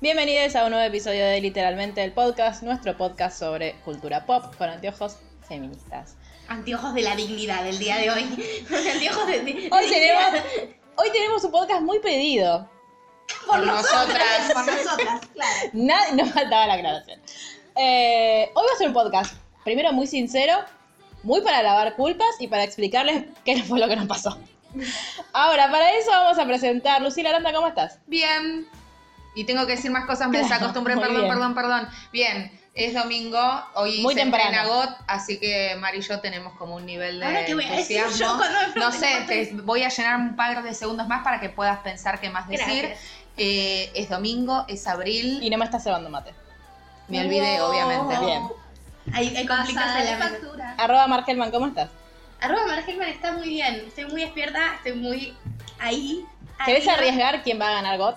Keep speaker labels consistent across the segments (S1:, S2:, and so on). S1: Bienvenidos a un nuevo episodio de Literalmente el Podcast, nuestro podcast sobre cultura pop con anteojos feministas.
S2: Anteojos de la dignidad del día de hoy. Anteojos de, de-
S1: Hoy tenemos, hoy tenemos un podcast muy pedido.
S2: por nosotras. Por nosotras, claro.
S1: Nadie nos faltaba la aclaración. Eh, hoy va a ser un podcast, primero muy sincero, muy para lavar culpas y para explicarles qué fue lo que nos pasó. Ahora, para eso vamos a presentar. Lucila Aranda, ¿cómo estás?
S2: Bien. Y tengo que decir más cosas, me
S1: Claro,
S2: desacostumbré,
S1: muy
S2: perdón,
S1: bien.
S2: perdón, perdón. Bien, es domingo, hoy
S1: Muy
S2: se
S1: temprano.
S2: estrena GOT, así que Mari y yo tenemos como un nivel de
S3: Ahora, ¿qué voy a decir
S2: entusiasmo.
S3: yo cuando-
S2: No sé, te voy a llenar un par de segundos más para que puedas pensar qué más decir.
S3: Gracias.
S2: Eh, es domingo, es abril,
S1: Y no me estás cebando mate.
S2: me olvidé,
S3: Wow.
S2: obviamente.
S1: Bien.
S3: Ahí, ahí
S2: Pasada
S3: complicaste
S2: de
S3: la
S2: factura.
S3: factura.
S1: Arroba Markelman, ¿cómo estás?
S3: Arroba Margelman está muy bien. Estoy muy despierta, estoy muy ahí.
S1: ¿Querés
S3: arriba.
S1: arriesgar quién va a ganar GOT?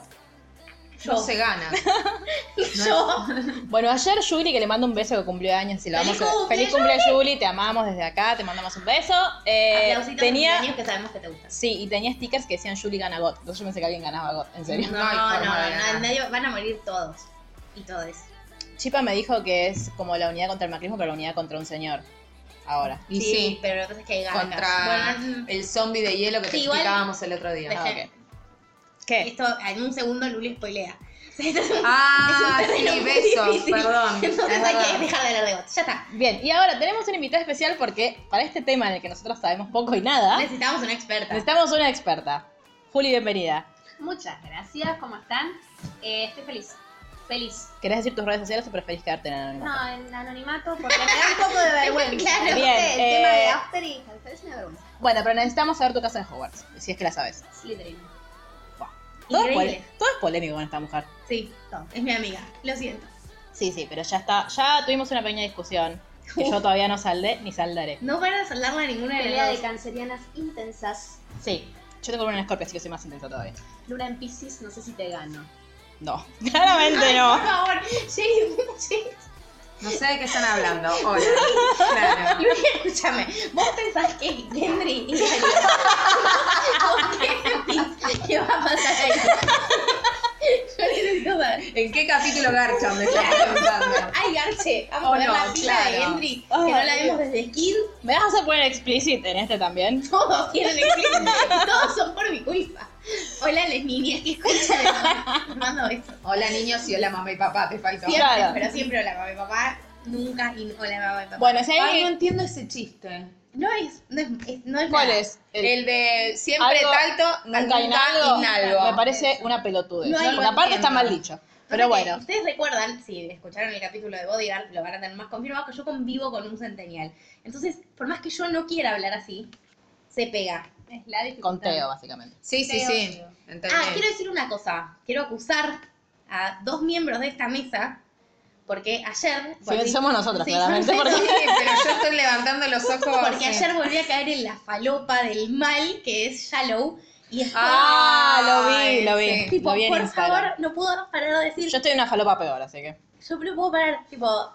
S2: No se gana.
S3: Yo.
S1: Bueno, ayer Julie, que le mando un beso que cumplió años y lo
S3: ¡Feliz
S1: vamos a...
S3: cumple,
S1: Feliz cumple, Julie! Te amamos desde acá, te mandamos un beso. Eh,
S3: Aplausitos
S1: tenía...
S3: cumpleaños que sabemos que te gustan.
S1: Sí, y tenía stickers que decían Julie gana GOT. Entonces yo pensé que alguien ganaba GOT, en serio.
S3: No,
S2: hay
S3: no, no,
S2: forma de ganar.
S3: no, nadie- van a morir todos. Y todos.
S1: Chipa me dijo que es como la unidad contra el macrismo, pero la unidad contra un señor. Ahora.
S2: Y sí,
S3: pero lo que pasa es que hay ganas.
S2: contra
S3: Bueno,
S2: el zombie de hielo que te
S3: Sí, igual-
S2: explicábamos el otro día.
S1: Ah, ok.
S2: Eh.
S1: ¿Qué?
S3: mm, esto en un segundo Luli spoilea.
S2: Ah,
S3: Es un terreno
S2: sí,
S3: muy
S2: besos,
S3: difícil.
S2: perdón.
S3: Entonces
S2: Es
S3: hay que
S2: verdad.
S3: dejar de hablar de bots. Ya está.
S1: Bien, y ahora tenemos una invitada especial porque para este tema en el que nosotros sabemos poco y
S2: ¿Ah?
S1: nada,
S3: Necesitamos una experta.
S1: necesitamos una experta. Juli, bienvenida.
S4: Muchas gracias, ¿cómo están? Eh, estoy feliz. Feliz.
S1: ¿Querés decir tus redes sociales o preferís quedarte en anonimato?
S4: No, en anonimato porque me da
S3: Un poco de vergüenza. claro.
S1: Bien,
S3: el
S1: eh,
S3: tema de After y After es una vergüenza.
S1: Bueno, pero necesitamos saber tu casa en Hogwarts, si es que la sabes.
S4: Slytherin.
S1: Todo es,
S3: Increíble.
S1: pole- todo es polémico con esta mujer.
S3: Sí, no, es mi amiga. Lo siento.
S1: Sí, sí, pero ya está. Ya tuvimos una pequeña discusión. Que yo todavía no saldé ni saldaré.
S3: No van a saldarla a ninguna de
S4: Pelea
S3: las
S4: de
S3: dos.
S4: cancerianas intensas.
S1: Sí, yo tengo una escorpio, así que soy más intensa todavía.
S4: Luna en Pisces, no sé si te gano.
S1: No, claramente
S3: Por
S1: no.
S3: favor, James, James,
S2: No sé de qué están hablando. Hola. Claro.
S3: Luli, escúchame. ¿Vos pensás que Henry y Daniel- ¿Qué va a pasar ahí? Yo necesito saber.
S2: ¿En qué capítulo Garcha me estás preguntando?
S3: Ay, Garche, vamos a
S2: Oh,
S3: poner
S2: no,
S3: la fila de
S2: claro.
S3: Henry,
S1: Ay,
S3: que no la
S1: Dios.
S3: vemos desde Skin.
S1: ¿Me vas a hacer poner explícito en este también?
S3: Todos tienen Skin. Todos son por mi culpa. Hola, las niñas que escuchan. Les mando besos.
S2: Hola niños y hola mamá y papá, te faltó.
S3: Siempre,
S1: Claro.
S3: pero siempre hola, mamá y papá. Nunca y hola, mamá y papá.
S1: Bueno, si
S2: Ay,
S1: hay
S2: no
S1: alguien...
S2: entiendo ese chiste.
S3: No es, no es, es- no es
S1: ¿Cuál
S3: nada.
S1: es?
S2: El,
S1: El-
S2: de siempre
S1: Algo-
S2: talto,
S1: nunca inalgo. Me
S2: inalgo.
S1: parece una pelotudez.
S3: No hay-
S1: Porque aparte está
S3: entiendo.
S1: mal dicho.
S3: Pasa
S1: Pero
S3: que
S1: bueno.
S3: Ustedes recuerdan, si escucharon el capítulo de Bodyguard, lo van a tener más confirmado, que yo convivo con un centennial. Entonces, por más que yo no quiera hablar así, se pega.
S4: Es la dificultad.
S1: Conteo, básicamente.
S2: Sí, sí, sí. Entendí.
S3: Ah, quiero decir una cosa. Quiero acusar a dos miembros de esta mesa, porque ayer...
S1: Si
S3: volví-
S1: bien somos nosotros,
S3: Sí,
S1: claramente.
S3: somos
S1: Porque...
S2: Sí, pero yo estoy levantando los ojos.
S3: Porque
S2: sí.
S3: ayer volví a caer en la falopa del mal, que es Shallow, y es
S1: Ah, lo vi,
S2: Ay,
S1: lo vi.
S2: sí.
S3: tipo,
S1: lo vi en
S3: por
S1: Instagram.
S3: favor, no puedo parar de decir,
S1: Yo
S3: yo,
S1: estoy en una falopa peor, así que.
S3: no puedo parar, tipo,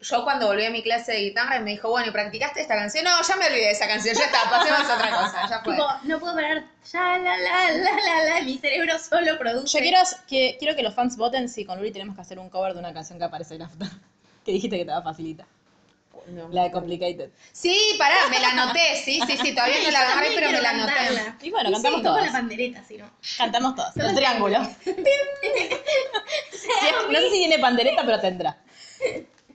S2: Yo cuando volví a mi clase de guitarra y me dijo, bueno, ¿y practicaste esta canción? No, ya me olvidé de esa canción, ya está, pasemos a otra cosa, ya fue.
S3: Tipo, no puedo parar. Ya, la, la, la, la, la. Mi cerebro solo produce.
S1: Yo quiero que, quiero que los fans voten si con Luli tenemos que hacer un cover de una canción que aparece en After. Que dijiste que te va facilita. La de Complicated.
S2: Sí, pará, me la anoté, sí, sí, sí, todavía no la agarré, pero me la anoté.
S1: Y bueno,
S3: Y
S1: cantamos
S3: sí, toco
S1: todos.
S3: la pandereta, si no.
S1: Cantamos todos. El triángulo. Si es- no sé si tiene pandereta, pero tendrá.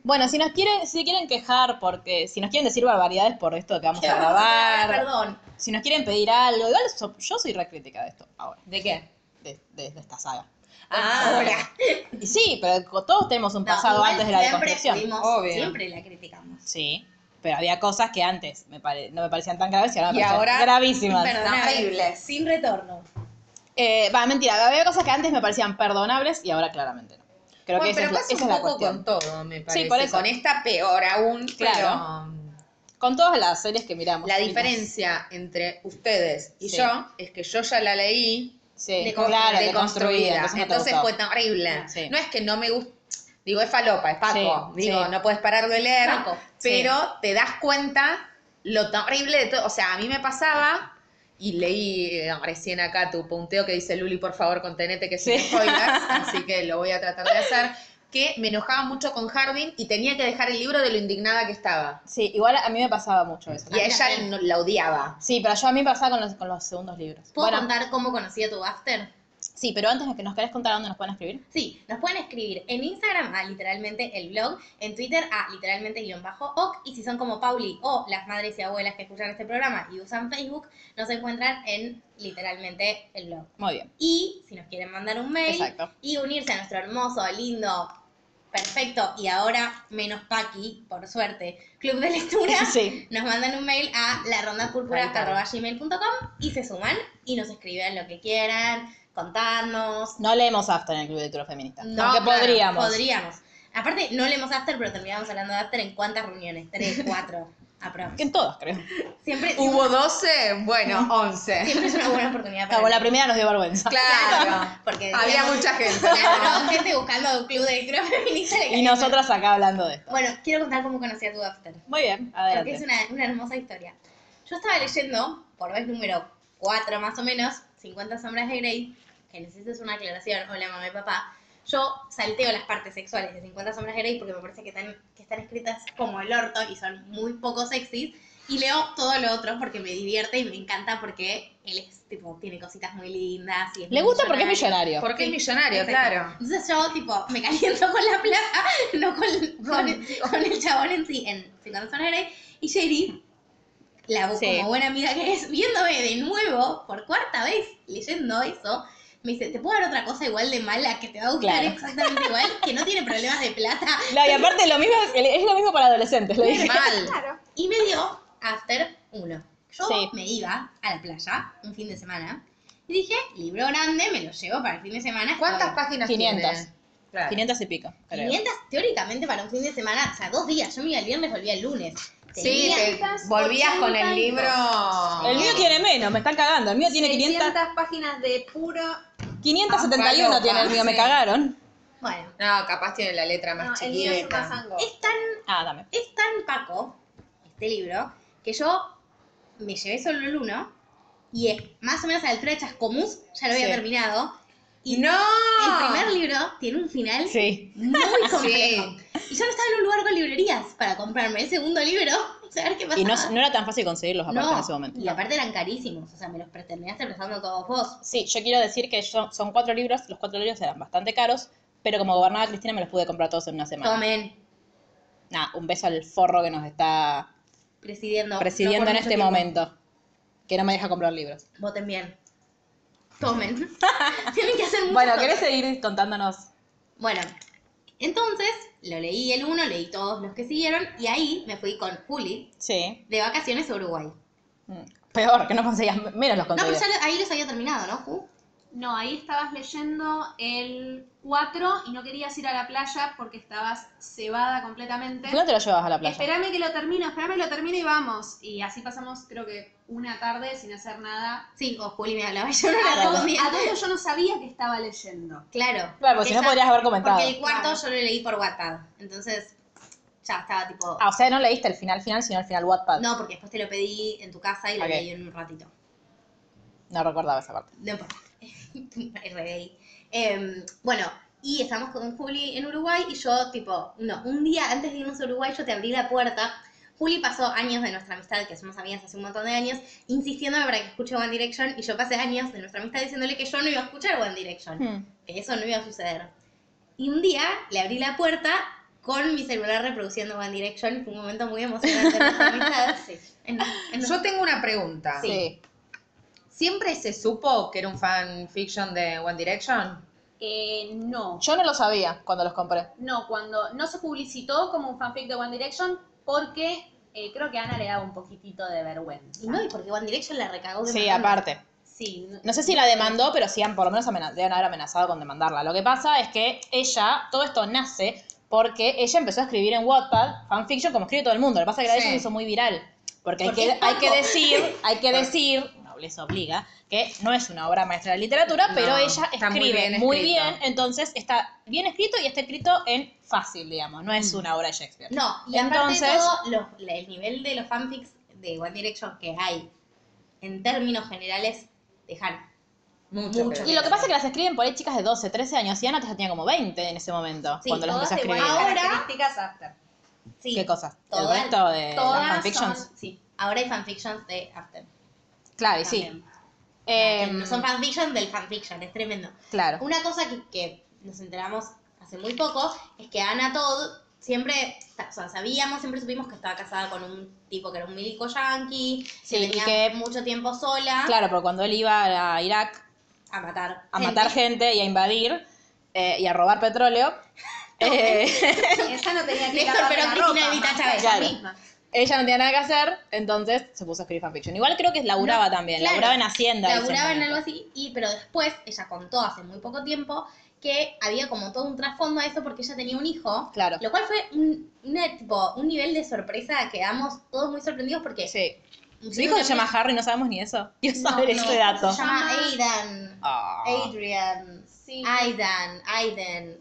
S1: Bueno, si nos quieren, si quieren quejar, porque si nos quieren decir barbaridades por esto que vamos a grabar,
S3: Perdón.
S1: si nos quieren pedir algo, igual so- yo soy recrítica de esto ahora.
S2: ¿De qué?
S1: de, de- de esta saga.
S2: Ah.
S3: Ahora.
S1: Y sí, pero co- todos tenemos un
S3: No,
S1: pasado
S3: igual
S1: antes de la
S3: siempre
S1: deconstrucción.
S3: fuimos-
S2: obvio.
S3: Siempre la criticamos.
S1: Sí, pero había cosas que antes me pare- no me parecían tan graves y ahora me
S2: Y
S1: parecen
S2: ahora,
S1: gravísimas.
S2: Perdonable.
S3: Horrible. Sin retorno.
S1: Eh, Va, mentira, había cosas que antes me parecían perdonables y ahora claramente no. Creo
S2: Bueno,
S1: que esa
S2: pero
S1: es la,
S2: pasa
S1: esa
S2: un
S1: es la
S2: poco con
S1: cuestión.
S2: todo, me parece.
S1: por eso.
S2: Con esta peor aún,
S1: Claro.
S2: claro.
S1: Con todas las series que miramos.
S2: la
S1: Sí.
S2: diferencia entre ustedes y
S1: Sí.
S2: yo es que yo ya la leí
S1: Sí,
S2: de-
S1: claro,
S2: de
S1: deconstruida.
S2: construida.
S1: entonces no te
S2: Entonces
S1: gustó.
S2: fue terrible.
S1: Sí.
S2: No es que no me gusta. Digo, es falopa, es Paco.
S1: Sí,
S2: Digo,
S1: sí.
S2: no puedes parar de leer.
S3: Paco,
S2: Pero te das cuenta lo terrible de todo. O sea, a mí me pasaba. Y leí eh, recién acá tu punteo que dice Luli, por favor, contenete que sin
S1: Sí.
S2: spoilers, así que lo voy a tratar de hacer. Que me enojaba mucho con Hardin y tenía que dejar el libro de lo indignada que estaba.
S1: Sí, igual a mí me pasaba mucho eso.
S2: Y a ella no- la odiaba.
S1: Sí, pero yo a mí me pasaba con los, con los segundos libros.
S3: ¿Puedo
S1: Bueno,
S3: contar cómo conocí a tu after?
S1: sí, pero antes de que nos querés contar dónde nos pueden escribir.
S3: Sí, nos pueden escribir en Instagram a literalmente el blog, en Twitter a literalmente guión bajo oc, y si son como Pauli o las madres y abuelas que escuchan este programa y usan Facebook, nos encuentran en literalmente el blog.
S1: Muy bien,
S3: Y si nos quieren mandar un mail
S1: exacto.
S3: y unirse a nuestro hermoso, lindo, perfecto y ahora menos Paqui, por suerte, club de lectura,
S1: Sí,
S3: nos mandan un mail a la y se suman y nos escriben lo que quieran, contarnos.
S1: no leemos After en el Club de Lectura Feminista.
S3: No,
S1: aunque
S3: claro,
S1: podríamos.
S3: Podríamos. Aparte, no leemos After, pero terminamos hablando de After en cuántas reuniones, tres, cuatro, aprox.
S1: Que en todas, creo.
S3: Siempre,
S2: Hubo 12, bueno, 11.
S3: siempre es una buena oportunidad para
S1: Como la
S3: leer.
S1: primera nos dio vergüenza.
S2: Claro.
S3: Porque
S2: Había
S3: decíamos-
S2: mucha gente.
S3: Claro, gente buscando un club de lectura feminista. le
S1: Y
S3: caía
S1: nosotras acá hablando de esto.
S3: mal. Bueno, quiero contar cómo conocí a tu after.
S1: Muy bien,
S3: Porque es
S1: adelante.
S3: una, una hermosa historia. Yo estaba leyendo, por vez número 4 más o menos, 50 sombras de Grey, que necesitas una aclaración, hola mamá y papá. Yo salteo las partes sexuales de 50 sombras de Grey porque me parece que están, que están escritas como el orto y son muy poco sexys. Y leo todo lo otro porque me divierte y me encanta porque él es, tipo, tiene cositas muy lindas. Y es
S1: Le
S3: muy
S1: gusta porque es
S3: millonario.
S1: millonario.
S2: Porque es millonario,
S3: Exacto.
S2: claro.
S3: Entonces yo, tipo, me caliento con la plata, no con, con, con el chabón en sí, en 50 Sombras de Grey. Y Sherry, la voz
S1: Sí.
S3: como buena amiga que es, viéndome de nuevo, por cuarta vez, leyendo eso, me dice, ¿te puedo dar otra cosa igual de mala que te va a gustar
S1: Claro.
S3: exactamente igual? Que no tiene problemas de plata.
S1: No, y aparte lo mismo, es lo mismo para adolescentes, le dije.
S2: Mal.
S3: Y me dio After 1. Yo
S1: Sí.
S3: me iba a la playa un fin de semana y dije, libro grande, me lo llevo para el fin de semana.
S2: ¿Cuántas
S3: Estoy-
S2: páginas
S1: 500.
S2: tiene? Claro.
S1: 500 y pico, creo.
S3: 500 teóricamente para un fin de semana, o sea, dos días. Yo me iba el viernes, volvía el lunes.
S2: Sí, te volvías con el libro.
S1: El mío tiene menos, me están cagando. El mío tiene 500,
S4: 600 páginas de puro.
S1: 571
S2: Ah,
S1: tiene el mío, me
S2: sí.
S1: cagaron.
S3: Bueno,
S2: No, capaz tiene la letra
S4: No,
S2: más
S4: el mío es más
S2: chiquita.
S4: angosto.
S3: es tan,
S1: Ah, dame.
S3: es tan paco este libro que yo me llevé solo el uno y eh, más o menos a la altura de Chascomús ya lo había
S1: Sí.
S3: terminado. Y
S2: ¡No!
S3: el primer libro tiene un final
S1: Sí.
S3: muy complejo.
S2: Sí.
S3: Y yo no estaba en un lugar con librerías para comprarme el segundo libro y saber qué pasaba.
S1: Y no, no era tan fácil conseguirlos aparte
S3: No,
S1: en ese momento.
S3: Y aparte eran carísimos, o sea, me los pre- terminaste prestando todos vos.
S1: Sí, yo quiero decir que yo- son cuatro libros, los cuatro libros eran bastante caros, pero como gobernaba Cristina me los pude comprar todos en una semana.
S3: Tomen,
S1: Nada, un beso al forro que nos está
S3: presidiendo. no
S1: presidiendo
S3: por
S1: en
S3: mucho
S1: este
S3: tiempo.
S1: momento, que no me deja comprar libros.
S3: Voten bien. Tomen. Tienen que hacer muchas
S1: Bueno,
S3: cosas.
S1: ¿querés seguir contándonos?
S3: Bueno, entonces lo leí el uno, leí todos los que siguieron y ahí me fui con Juli
S1: Sí.
S3: de vacaciones a Uruguay.
S1: Mm. Peor, que no conseguías, menos los
S3: No, pero
S1: conseguías.
S3: ya lo- ahí los había terminado, ¿no, Ju?
S4: No, ahí estabas leyendo el 4 y no querías ir a la playa porque estabas cebada completamente.
S1: ¿Tú no te lo llevabas a la playa?
S4: Esperame que lo termino, esperame que lo termine y vamos. Y así pasamos, creo que una tarde sin hacer nada.
S3: Sí, o Juli me hablaba,
S1: Ah,
S3: yo no
S4: A
S3: la
S4: todo-
S3: respondía.
S4: a todo yo no sabía que estaba leyendo.
S3: Claro.
S1: Claro, porque si no
S3: ella-
S1: podrías haber comentado.
S3: Porque el cuarto
S4: Claro.
S3: yo lo leí por WhatsApp. Entonces, ya estaba tipo.
S1: Ah, o sea, no leíste el final final, sino el final Wattpad. No,
S3: No, porque después te lo pedí en tu casa y lo
S1: Ok.
S3: leí en un ratito.
S1: recordaba esa parte.
S3: No importa. RBI. Em, bueno, y estamos con Juli en Uruguay y yo, tipo, no, un día antes de irnos a Uruguay yo te abrí la puerta. Juli pasó años de nuestra amistad, que somos amigas hace un montón de años, insistiéndome para que escuche One Direction y yo pasé años de nuestra amistad diciéndole que yo no iba a escuchar One Direction,
S1: Hmm.
S3: que eso no iba a suceder. Y un día le abrí la puerta con mi celular reproduciendo One Direction, fue un momento muy emocionante de nuestra amistad. En- en-
S2: Yo tengo una pregunta.
S1: Sí.
S2: ¿Siempre se supo que era un fanfiction de One Direction?
S4: Eh, no.
S1: Yo no lo sabía cuando los compré.
S4: No, cuando no se publicitó como un fanfic de One Direction porque eh, creo que a Ana le daba un poquitito de vergüenza.
S3: Y no, y porque One Direction la recagó.
S1: Sí,
S3: demasiado.
S1: aparte.
S3: Sí. no-
S1: No sé si la demandó, pero sí, han- por lo menos amena- deben haber amenazado con demandarla. Lo que pasa es que ella, todo esto nace porque ella empezó a escribir en Wattpad fanfiction como escribe todo el mundo. Lo que pasa es que la de
S2: Sí.
S1: ella se hizo muy viral. Porque hay
S3: Porque
S1: que,
S3: es
S1: hay que
S3: poco.
S1: decir, hay que decir, nobleza obliga, que no es una obra maestra de literatura,
S2: No,
S1: pero ella
S2: está muy
S1: escribe
S2: bien
S1: muy
S2: escrito.
S1: bien, entonces está bien escrito y está escrito en fácil, digamos, no es una obra de Shakespeare.
S3: No, y
S1: Entonces-
S3: aparte de todo, los- la- el nivel de los fanfics de One Direction que hay, en términos generales, dejan
S2: Mucho.
S3: Mucho.
S2: creo.
S1: Y lo que pasa es que las escriben por ahí chicas de 12, 13 años, y Ana ya tenía como 20 en ese momento,
S3: Sí,
S1: cuando las
S3: todas
S1: empezó a
S3: igual.
S1: escribir.
S3: Ahora-
S4: Características after.
S3: Sí,
S1: ¿Qué cosas? ¿El
S3: Todas-
S1: resto de las
S3: todas
S1: fanfictions?
S3: son- sí, ahora hay fanfictions de After.
S1: Claro, y sí.
S3: también.
S1: Eh,
S3: No son fanfictions del fanfiction, es tremendo.
S1: claro.
S3: Una cosa que, que nos enteramos hace muy poco es que Ana Todd siempre, o sea, sabíamos, siempre supimos que estaba casada con un tipo que era un milico yanqui,
S1: Sí,
S3: que
S1: y
S3: tenía
S1: que-
S3: mucho tiempo sola
S1: Claro, porque cuando él iba a Irak
S3: a matar
S1: a matar gente y a invadir eh, y a robar petróleo, eh,
S4: Esa no tenía que
S3: Néstor,
S4: lavarle
S3: pero
S4: la
S3: Cristina
S4: ropa,
S3: Evita
S4: más
S3: Chávez,
S4: que la
S1: claro.
S4: misma.
S1: ella no tenía nada que hacer, entonces se puso a escribir fanfiction. Igual creo que laburaba también,
S3: claro.
S1: laburaba en Hacienda. dice
S3: laburaba
S1: el
S3: en algo
S1: momento.
S3: así, y, pero después ella contó hace muy poco tiempo que había como todo un trasfondo a eso porque ella tenía un hijo,
S1: Claro.
S3: lo cual fue un, una, tipo, un nivel de sorpresa, quedamos todos muy sorprendidos porque...
S1: Sí.
S3: yo
S1: Su hijo
S3: no
S1: se llama
S3: sabía-
S1: Harry, no sabemos ni eso. Yo
S3: No,
S1: saber
S3: no,
S1: ese dato.
S3: Se llama Aidan,
S1: Ah.
S3: Adrian,
S4: Sí.
S3: Aidan, Aiden.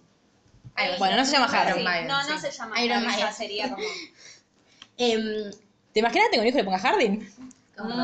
S3: algo así.
S1: Bueno, no se llama
S4: Sí,
S1: Harry.
S2: Iron Maiden,
S4: no, no
S2: sí.
S4: se llama
S3: Iron
S4: Iron Maiden.
S3: Maiden.
S4: Sería como
S3: Em,
S1: ¿Te imaginas que tengo un hijo que le ponga Harding?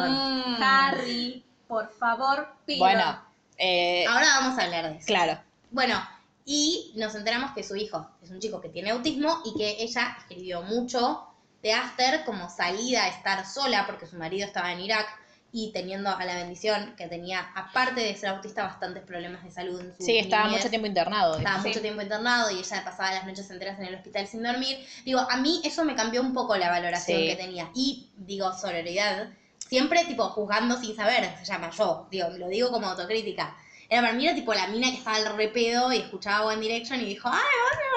S4: Mm. Harry, por favor, pido.
S1: Bueno, eh,
S3: ahora vamos a hablar de eso.
S1: claro.
S3: Bueno, y nos enteramos que su hijo es un chico que tiene autismo y que ella escribió mucho de Aster como salida a estar sola porque su marido estaba en Irak y teniendo a la bendición que tenía, aparte de ser autista, bastantes problemas de salud en su
S1: Sí, estaba
S3: niñez.
S1: mucho tiempo internado.
S3: Estaba
S4: Sí.
S3: mucho tiempo internado y ella pasaba las noches enteras en el hospital sin dormir. Digo, a mí eso me cambió un poco la valoración
S1: Sí.
S3: que tenía. Y digo, sororidad, siempre tipo juzgando sin saber, se llama yo. Digo, lo digo como autocrítica. Era para mí era tipo la mina que estaba al repedo y escuchaba One Direction y dijo, ¡ay, vamos a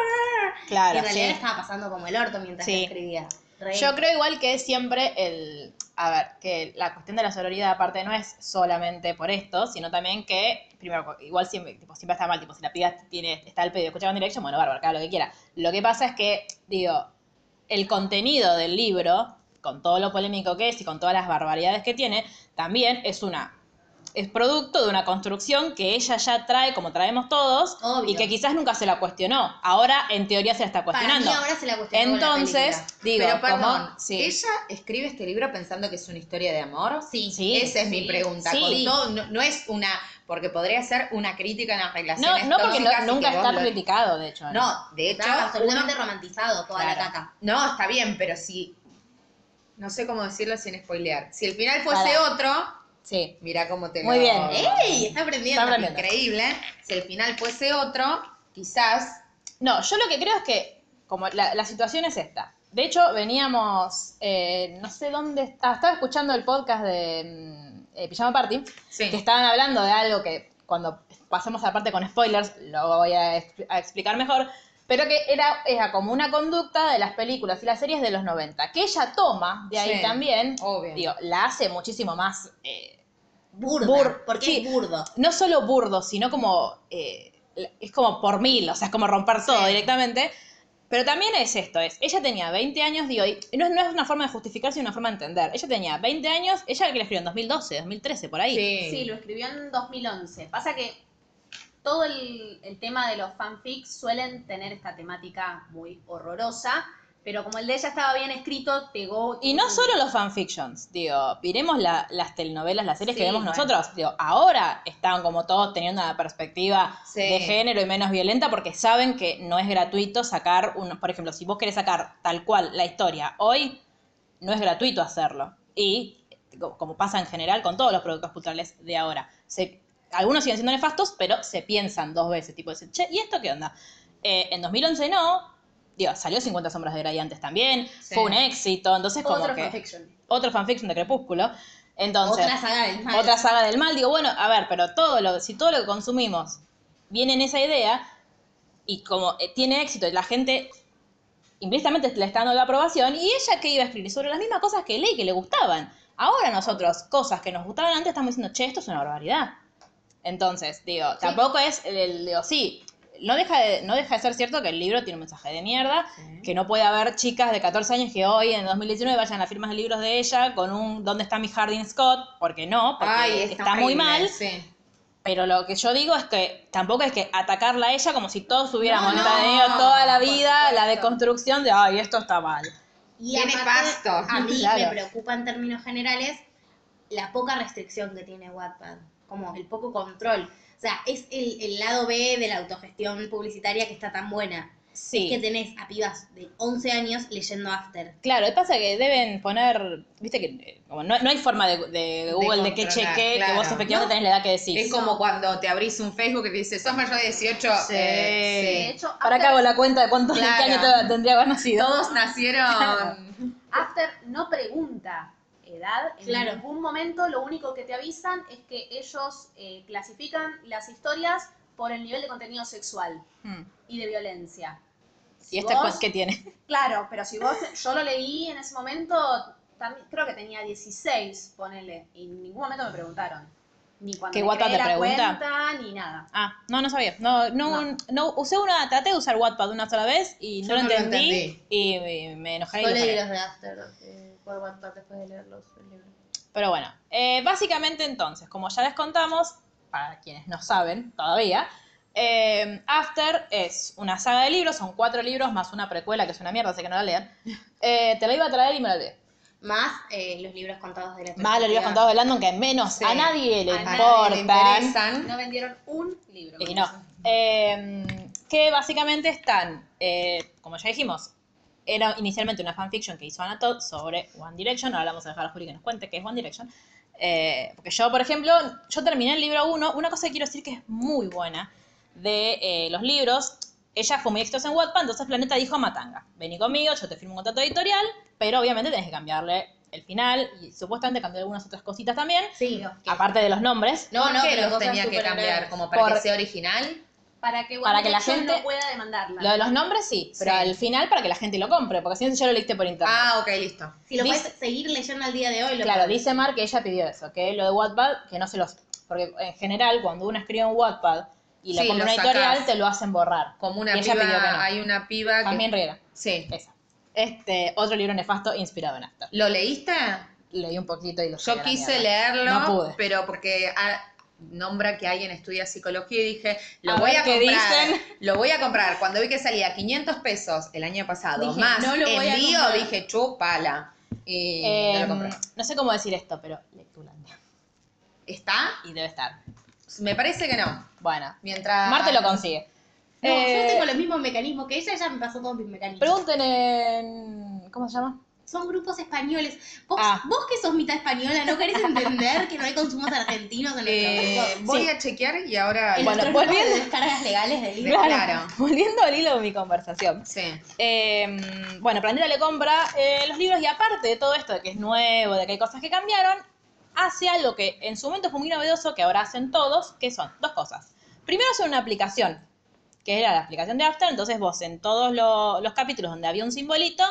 S3: Y en
S1: Claro,
S3: realidad
S1: sí.
S3: la estaba pasando como el orto mientras
S1: Sí.
S3: la escribía. Re-
S1: Yo creo igual que siempre el. A ver, que la cuestión de la sororidad, aparte, no es solamente por esto, sino también que, primero, igual siempre, tipo, siempre está mal, tipo, si la piba tiene, está al pedo, escucha en dirección, bueno, bárbaro, cada lo que quiera. Lo que pasa es que, digo, el contenido del libro, con todo lo polémico que es y con todas las barbaridades que tiene, también es una. Es producto de una construcción que ella ya trae, como traemos todos,
S3: Obvio.
S1: y que quizás nunca se la cuestionó. Ahora, en teoría, se la está
S3: para mí
S1: cuestionando.
S3: ahora se la cuestionó con la
S1: Entonces,
S3: película.
S1: digo,
S2: Pero perdón,
S1: como, sí.
S2: ¿ella escribe este libro pensando que es una historia de amor?
S3: Sí.
S1: Sí.
S2: Esa es mi pregunta.
S1: Sí.
S2: con todo, no, no es una, porque podría ser una crítica en las
S1: no,
S2: relaciones
S1: no porque no-
S2: tóxicas y
S1: nunca
S2: que vos
S1: está
S2: lo-
S1: criticado, de hecho.
S2: No, de hecho,
S3: Estaba absolutamente
S2: uno-
S3: romantizado toda la
S1: Claro.
S3: caca.
S2: no, está bien, pero si, no sé cómo decirlo sin spoilear. Si el final fuese
S1: Pará.
S2: otro,
S1: Sí.
S2: mira cómo te
S1: Muy
S2: lo-
S1: bien.
S3: ¡Ey! Está aprendiendo.
S1: Está aprendiendo.
S2: Increíble. Si el final fuese otro, quizás
S1: No, yo lo que creo es que, como la, la situación es esta. De hecho, veníamos, eh, no sé dónde, está- estaba escuchando el podcast de mm, eh, Pijama Party,
S2: Sí.
S1: que estaban hablando de algo que cuando pasemos a la parte con spoilers lo voy a, ex- a explicar mejor, pero que era, era como una conducta de las películas y las series de los 90, que ella toma de ahí
S2: Sí,
S1: también,
S2: obvio.
S1: digo, la hace muchísimo más... eh,
S3: Burda.
S1: Bur-
S3: ¿Por qué
S1: sí.
S3: es burdo?
S1: no solo burdo, sino como. eh, es como por mil, o sea, es como romper todo directamente. Pero también es esto, es, ella tenía 20 años, digo, y no, es- no es una forma de justificar, sino una forma de entender. Ella tenía 20 años, ella que la escribió en 2012, 2013, por ahí.
S4: Sí, lo escribió en 2011. Pasa que todo el, el tema de los fanfics suelen tener esta temática muy horrorosa, pero como el de ella estaba bien escrito, pegó.
S1: Y
S2: Mm.
S1: no solo los fanfictions, digo, miremos la- las telenovelas, las series que
S2: Sí,
S1: vemos
S2: bueno.
S1: nosotros, digo, ahora están como todos teniendo una perspectiva
S2: Sí.
S1: de género y menos violenta porque saben que no es gratuito sacar, un, por ejemplo, si vos querés sacar tal cual la historia hoy, no es gratuito hacerlo. Y co- como pasa en general con todos los productos culturales de ahora, se- algunos siguen siendo nefastos, pero se piensan dos veces, tipo, dicen, che, ¿y esto qué onda? Eh, en 2011 no, digo, salió 50 sombras de Grey antes también,
S2: Sí.
S1: fue un éxito, entonces como
S4: otro
S1: que
S4: fanfiction.
S1: otro fanfiction de Crepúsculo. Entonces,
S3: otra saga del mal.
S1: otra saga del mal. Digo, bueno, a ver, pero todo lo, si todo lo que consumimos viene en esa idea y como eh, tiene éxito y la gente implícitamente le está dando la aprobación, y ella que iba a escribir sobre las mismas cosas que leí que le gustaban. Ahora nosotros, cosas que nos gustaban antes, estamos diciendo, che, esto es una barbaridad. Entonces, digo, tampoco es, el, el- digo, sí, no deja, de, no deja de ser cierto que el libro tiene un mensaje de mierda, que no puede haber chicas de 14 años que hoy, en 2019, vayan a firmas de libros de ella con un ¿Dónde está mi Harding Scott? Porque no, porque
S2: Ay,
S1: está, muy
S2: horrible,
S1: mal.
S2: Sí.
S1: Pero lo que yo digo es que tampoco es que atacarla a ella como si todos hubiéramos
S3: No, no,
S1: tenido toda la
S3: por
S1: vida la
S3: supuesto.
S1: deconstrucción de, ay, esto está mal.
S3: Y
S2: Tiene
S3: aparte,
S2: pasto.
S3: A mí
S1: Claro.
S3: me preocupa en términos generales la poca restricción que tiene Wattpad, como el poco control. O sea, es el, el lado B de la autogestión publicitaria que está tan buena.
S1: Sí.
S3: Es que tenés a pibas de 11 años leyendo After.
S1: Claro, lo que pasa es que deben poner, viste que eh, como no, no hay forma de, de Google de que
S2: controlar,
S1: cheque que
S2: claro.
S1: vos efectivamente tenés la edad que decís.
S2: Es como cuando te abrís un Facebook y te dice, sos mayor de 18.
S1: Sí.
S4: De
S2: Eh, sí.
S4: hecho,
S1: Para
S4: After-
S1: acá hago la cuenta de cuántos de
S2: Claro.
S1: qué año te- tendría que haber nacido.
S2: Todos nacieron.
S4: After no pregunta edad. En
S3: Claro.
S4: ningún momento lo único que te avisan es que ellos eh, clasifican las historias por el nivel de contenido sexual
S1: Hmm.
S4: y de violencia. Si
S1: ¿Y
S2: este
S1: esta
S4: vos-
S1: cosa que tiene?
S4: Claro, pero si vos, yo lo leí en ese momento, también, creo que tenía 16, ponele, y en ningún momento me preguntaron. Ni cuando
S1: ¿Que
S4: me
S1: Wattpad
S4: creé
S1: te
S4: la
S1: pregunta?
S4: cuenta, ni nada.
S1: Ah, no, no sabía. No, no, no. usé una, traté de usar Wattpad una sola vez y no,
S2: Yo
S1: lo,
S2: no lo
S1: entendí,
S2: entendí.
S1: y me- me enojé y
S3: Yo
S1: lo
S3: leí
S1: saqué.
S3: los de After eh, por Wattpad después de leerlos. el libro.
S1: Pero bueno, eh, básicamente entonces, como ya les contamos, para quienes no saben todavía, eh, After es una saga de libros, son cuatro libros más una precuela que es una mierda, así que no la lean. Eh, te la iba a traer y me la olvidé.
S3: Más eh, los libros contados de la
S1: Más los libros
S3: perspectiva.
S1: contados de Landon que menos
S2: Sí.
S1: a nadie le
S4: A nadie
S2: Por
S1: importan.
S4: No vendieron un libro.
S1: Y no. Eh, que básicamente están, eh, como ya dijimos, era inicialmente una fanfiction que hizo Anatot sobre One Direction. Ahora la vamos a dejar a Juli que nos cuente qué es One Direction. Eh, porque yo, por ejemplo, yo terminé el libro 1. Una cosa que quiero decir que es muy buena de eh, los libros. Ella fue muy exitosa en Wattpad, entonces Planeta dijo a Matanga, vení conmigo, yo te firmo un contrato editorial, pero obviamente tenés que cambiarle el final y supuestamente cambiar algunas otras cositas también,
S3: Sí.
S1: aparte de los nombres.
S2: No,
S3: ¿Por
S2: no,
S3: qué?
S2: pero
S3: Cosas
S2: tenía que
S3: súper
S2: cambiar
S3: graves.
S2: como para
S1: Por-
S2: que sea original.
S4: Para que,
S1: Para que la
S4: Wattpad
S1: gente-
S4: no pueda demandarla.
S1: Lo de los nombres sí, pero
S2: Sí.
S1: al final para que la gente lo compre, porque si no ya lo leíste por internet.
S2: Ah, ok, listo.
S3: Si lo
S1: Dice-
S3: puedes seguir leyendo al día de hoy, lo
S1: claro,
S3: podés.
S1: dice Mar que ella pidió eso, que lo de Wattpad, que no se los... Porque en general cuando uno escribe en Wattpad y lo
S2: Sí,
S1: compra
S2: lo
S1: una editorial
S2: sacás. Ah,
S1: te lo hacen borrar.
S2: Como una
S1: Y ella
S2: piba,
S1: pidió que no.
S2: hay una piba que...
S1: También Riera,
S2: Sí.
S1: esa. Este, otro libro nefasto inspirado en After.
S2: ¿Lo leíste?
S1: Leí un poquito y lo saqué a
S2: Yo
S1: la
S2: quise
S1: mierda.
S2: leerlo,
S1: No pude.
S2: pero porque ah, nombra que alguien estudia psicología y dije, lo
S1: A
S2: voy
S1: ver
S2: a
S1: qué
S2: comprar.
S1: dicen.
S2: Lo voy a comprar. Cuando vi que salía 500 pesos el año pasado,
S3: Dije,
S2: más
S3: no lo voy a
S2: envío,
S3: comprar.
S2: dije, chupala. Y no
S1: Eh,
S2: lo compré.
S1: no sé cómo decir esto, pero Lectulandia.
S2: ¿Está?
S1: Y debe estar.
S2: Me parece que no.
S1: Bueno,
S2: Mientras...
S1: Marte lo consigue.
S3: No,
S1: Eh,
S3: yo tengo los mismos mecanismos que ella, ella me pasó todos mis mecanismos.
S1: Pregunten en... ¿Cómo se llama?
S3: Son grupos españoles. Vos,
S1: Ah.
S3: vos que sos mitad española, ¿no querés entender que no hay consumos argentinos en
S2: Eh,
S3: nuestro grupo?
S2: voy a chequear y ahora...
S3: En
S1: Bueno,
S3: nuestro
S1: pues
S3: grupo de
S1: bien.
S3: descargas legales de libros.
S2: Claro.
S1: Volviendo al hilo de mi conversación.
S2: Sí.
S1: Eh, bueno, Planeta le compra eh, los libros y aparte de todo esto de que es nuevo, de que hay cosas que cambiaron, hace algo que en su momento fue muy novedoso, que ahora hacen todos, que son dos cosas. Primero hacen una aplicación, que era la aplicación de After, entonces vos en todos lo- los capítulos donde había un simbolito,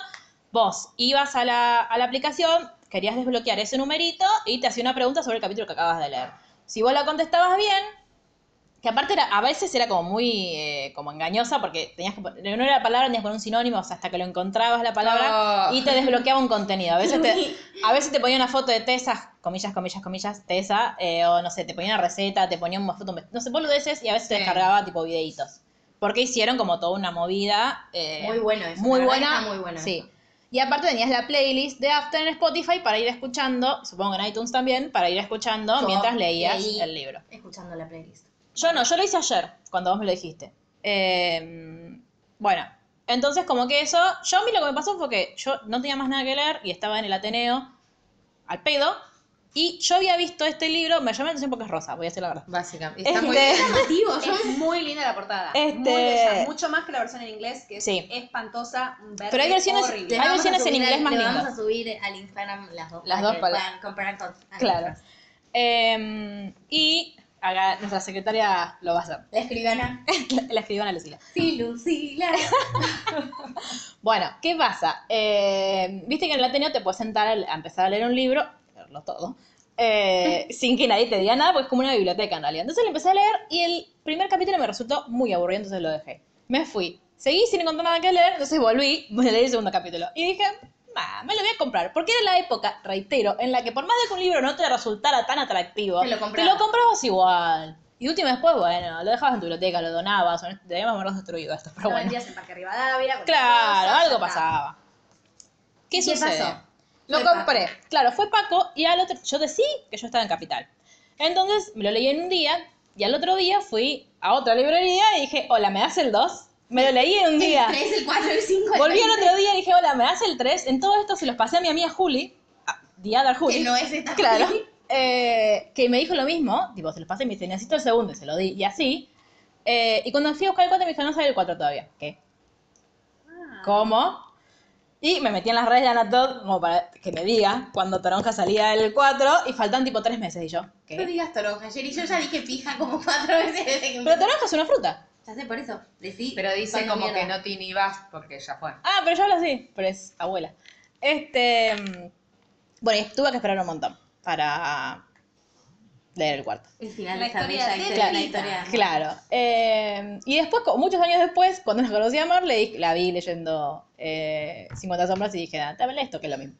S1: vos ibas a la, a la aplicación, querías desbloquear ese numerito y te hacía una pregunta sobre el capítulo que acabas de leer. Si vos la contestabas bien, que aparte era, a veces era como muy eh, como engañosa porque tenías que poner, no era la palabra, tenías que poner un sinónimo, o sea, hasta que lo encontrabas la palabra
S2: Oh.
S1: y te desbloqueaba un contenido. A veces te, a veces te ponía una foto de Tessa, comillas, comillas, comillas, Tessa, eh, o no sé, te ponía una receta, te ponía una foto, no sé, boludeces y a veces te
S2: Sí.
S1: descargaba tipo videitos. Porque hicieron como toda una movida. eh,
S3: Muy bueno eso,
S1: Muy
S3: la verdad
S1: buena.
S3: está muy bueno
S1: Sí. Y aparte tenías la playlist de After en Spotify para ir escuchando, supongo en iTunes también, para ir escuchando
S3: Yo
S1: mientras leías
S3: leí-
S1: el libro.
S3: Escuchando la playlist.
S1: Yo no, yo lo hice ayer, cuando vos me lo dijiste. Eh, bueno, entonces como que eso, yo a mí lo que me pasó fue que yo no tenía más nada que leer y estaba en el Ateneo al pedo Y yo había visto este libro, me llama la atención porque es rosa, voy a decir la verdad.
S2: Básicamente. Está muy
S1: Este-
S2: bien. Eh,
S4: Es muy linda la portada. Muy
S1: Este-
S4: bella. Mucho más que la versión en inglés, que es
S1: Sí.
S4: espantosa. un verde
S1: Pero hay versiones-
S4: horrible.
S3: Le
S1: Hay
S3: vamos a
S1: versiones en
S3: subir
S1: inglés
S3: al-
S1: más
S3: le
S1: lindas.
S3: Vamos a subir al Instagram las dos.
S1: Las
S3: para
S1: dos
S3: que
S1: para-
S3: puedan comparar con. ambas.
S1: Claro. Em, y acá nuestra secretaria lo va a hacer.
S3: La escribana.
S1: La escribana Lucila.
S3: Sí, Lucila.
S1: Bueno, ¿qué pasa? Eh, Viste que en el Ateneo te puedes sentar al- a empezar a leer un libro, leerlo todo, eh, sin que nadie te diga nada, porque es como una biblioteca en realidad. Entonces lo empecé a leer y el primer capítulo me resultó muy aburrido, entonces lo dejé. Me fui. Seguí sin encontrar nada que leer, entonces volví, me leí el segundo capítulo. Y dije, "Bah, me lo voy a comprar. Porque era la época, reitero, en la que por más de que un libro no te resultara tan atractivo,
S3: Te lo comprabas.
S1: comprabas igual. Y última después, bueno, lo dejabas en tu biblioteca, lo donabas, o no- debíamos haberlo destruido esto, pero
S4: Lo
S1: bueno.
S4: vendías en Parque Rivadavia. con
S1: Claro,
S4: cosas,
S1: algo
S4: ya está.
S1: pasaba. ¿Qué,
S3: ¿Y qué
S1: sucede?
S3: pasó?
S1: Lo
S3: Fue
S1: compré. Claro, fue Paco y al otro. Yo decí que yo estaba en Capital. Entonces me lo leí en un día y al otro día fui a otra librería y dije, hola, ¿me das el 2? Me lo leí en un día.
S3: El 3, el 4, el 5.
S1: Volví al otro día y dije, hola, ¿me das el 3? En todo esto se los pasé a mi amiga Juli, a The Other Juli.
S3: Que no es esta.
S1: Claro. Eh, que me dijo lo mismo, tipo, se los pasé y me dice, necesito el segundo, y se lo di, y así. Eh, y cuando fui a buscar el 4 me dijo, no sale el 4 todavía. ¿Qué? ¿Cómo? Y me metí en las redes de Anatod como para que me diga cuando Toronja salía el 4 y faltan tipo 3 meses y yo. ¿qué?
S3: No digas toronja, Jerry. Yo ya dije pija como cuatro veces desde que
S1: Pero
S3: empezó.
S1: toronja es una fruta.
S3: Ya sé por eso. Decí.
S2: Pero dice
S3: cuando
S2: como que
S3: mierda.
S2: no te inhibas porque ya fue.
S1: Ah, pero yo hablo así, pero es abuela. Este. mm, Bueno, y tuve que esperar un montón para leer el cuarto.
S3: El final
S4: La
S3: de esa
S4: historia
S3: bella
S4: de
S3: historia, la
S4: Rita.
S3: historia.
S1: Claro. Eh, y después, co- muchos años después, cuando nos conocí a Mar, le di- la vi leyendo eh, 50 sombras y dije, ah, también esto que es lo mismo.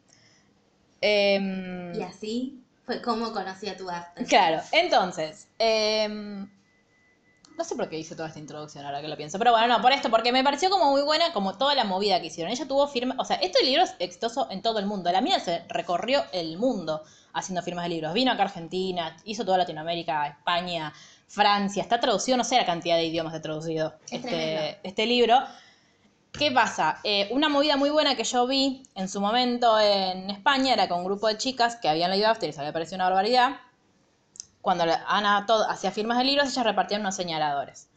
S1: Em,
S3: Y así fue como conocí a tu after.
S1: Claro, entonces, em, no sé por qué hice toda esta introducción ahora que lo pienso, pero bueno, no, por esto, porque me pareció como muy buena como toda la movida que hicieron. Ella tuvo firma, o sea, este libro es exitoso en todo el mundo. La mina se recorrió el mundo haciendo firmas de libros. Vino acá a Argentina, hizo toda Latinoamérica, España, Francia, está traducido, no sé la cantidad de idiomas ha traducido
S3: tremendo.
S1: este, este libro. ¿Qué pasa? Eh, una movida muy buena que yo vi en su momento en España era con un grupo de chicas que habían leído After y se había parecido una barbaridad cuando la- Ana Todd hacía firmas de libros, ellas repartían unos señaladores.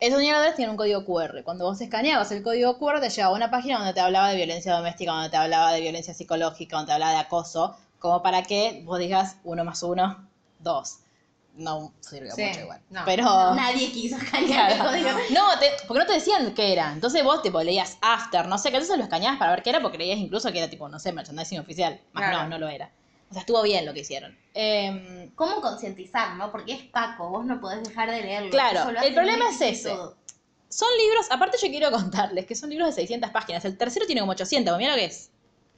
S1: Esos señaladores tienen un código QR. Cuando vos escaneabas el código QR, te llevaba a una página donde te hablaba de violencia doméstica, donde te hablaba de violencia psicológica, donde te hablaba de acoso, como para que vos digas uno más uno, dos. No sirve
S2: Sí,
S1: mucho igual.
S2: no.
S1: Pero.
S3: Nadie quiso escanear el
S1: Claro.
S3: código.
S1: No, te- porque no te decían qué era. Entonces vos tipo leías after, no sé qué, entonces lo escaneabas para ver qué era, porque creías incluso que era tipo, no sé, merchandising oficial. Más
S2: Claro.
S1: no, no lo era. O sea, estuvo bien lo que hicieron. Em,
S3: ¿Cómo concientizar, no? Porque es Paco, vos no podés dejar de leerlo.
S1: Claro,
S3: Eso lo
S1: el
S3: hace
S1: problema
S3: muy
S1: es ese.
S3: exquisito.
S1: Son libros, aparte yo quiero contarles que son libros de 600 páginas. El tercero tiene como 800, mira lo que es.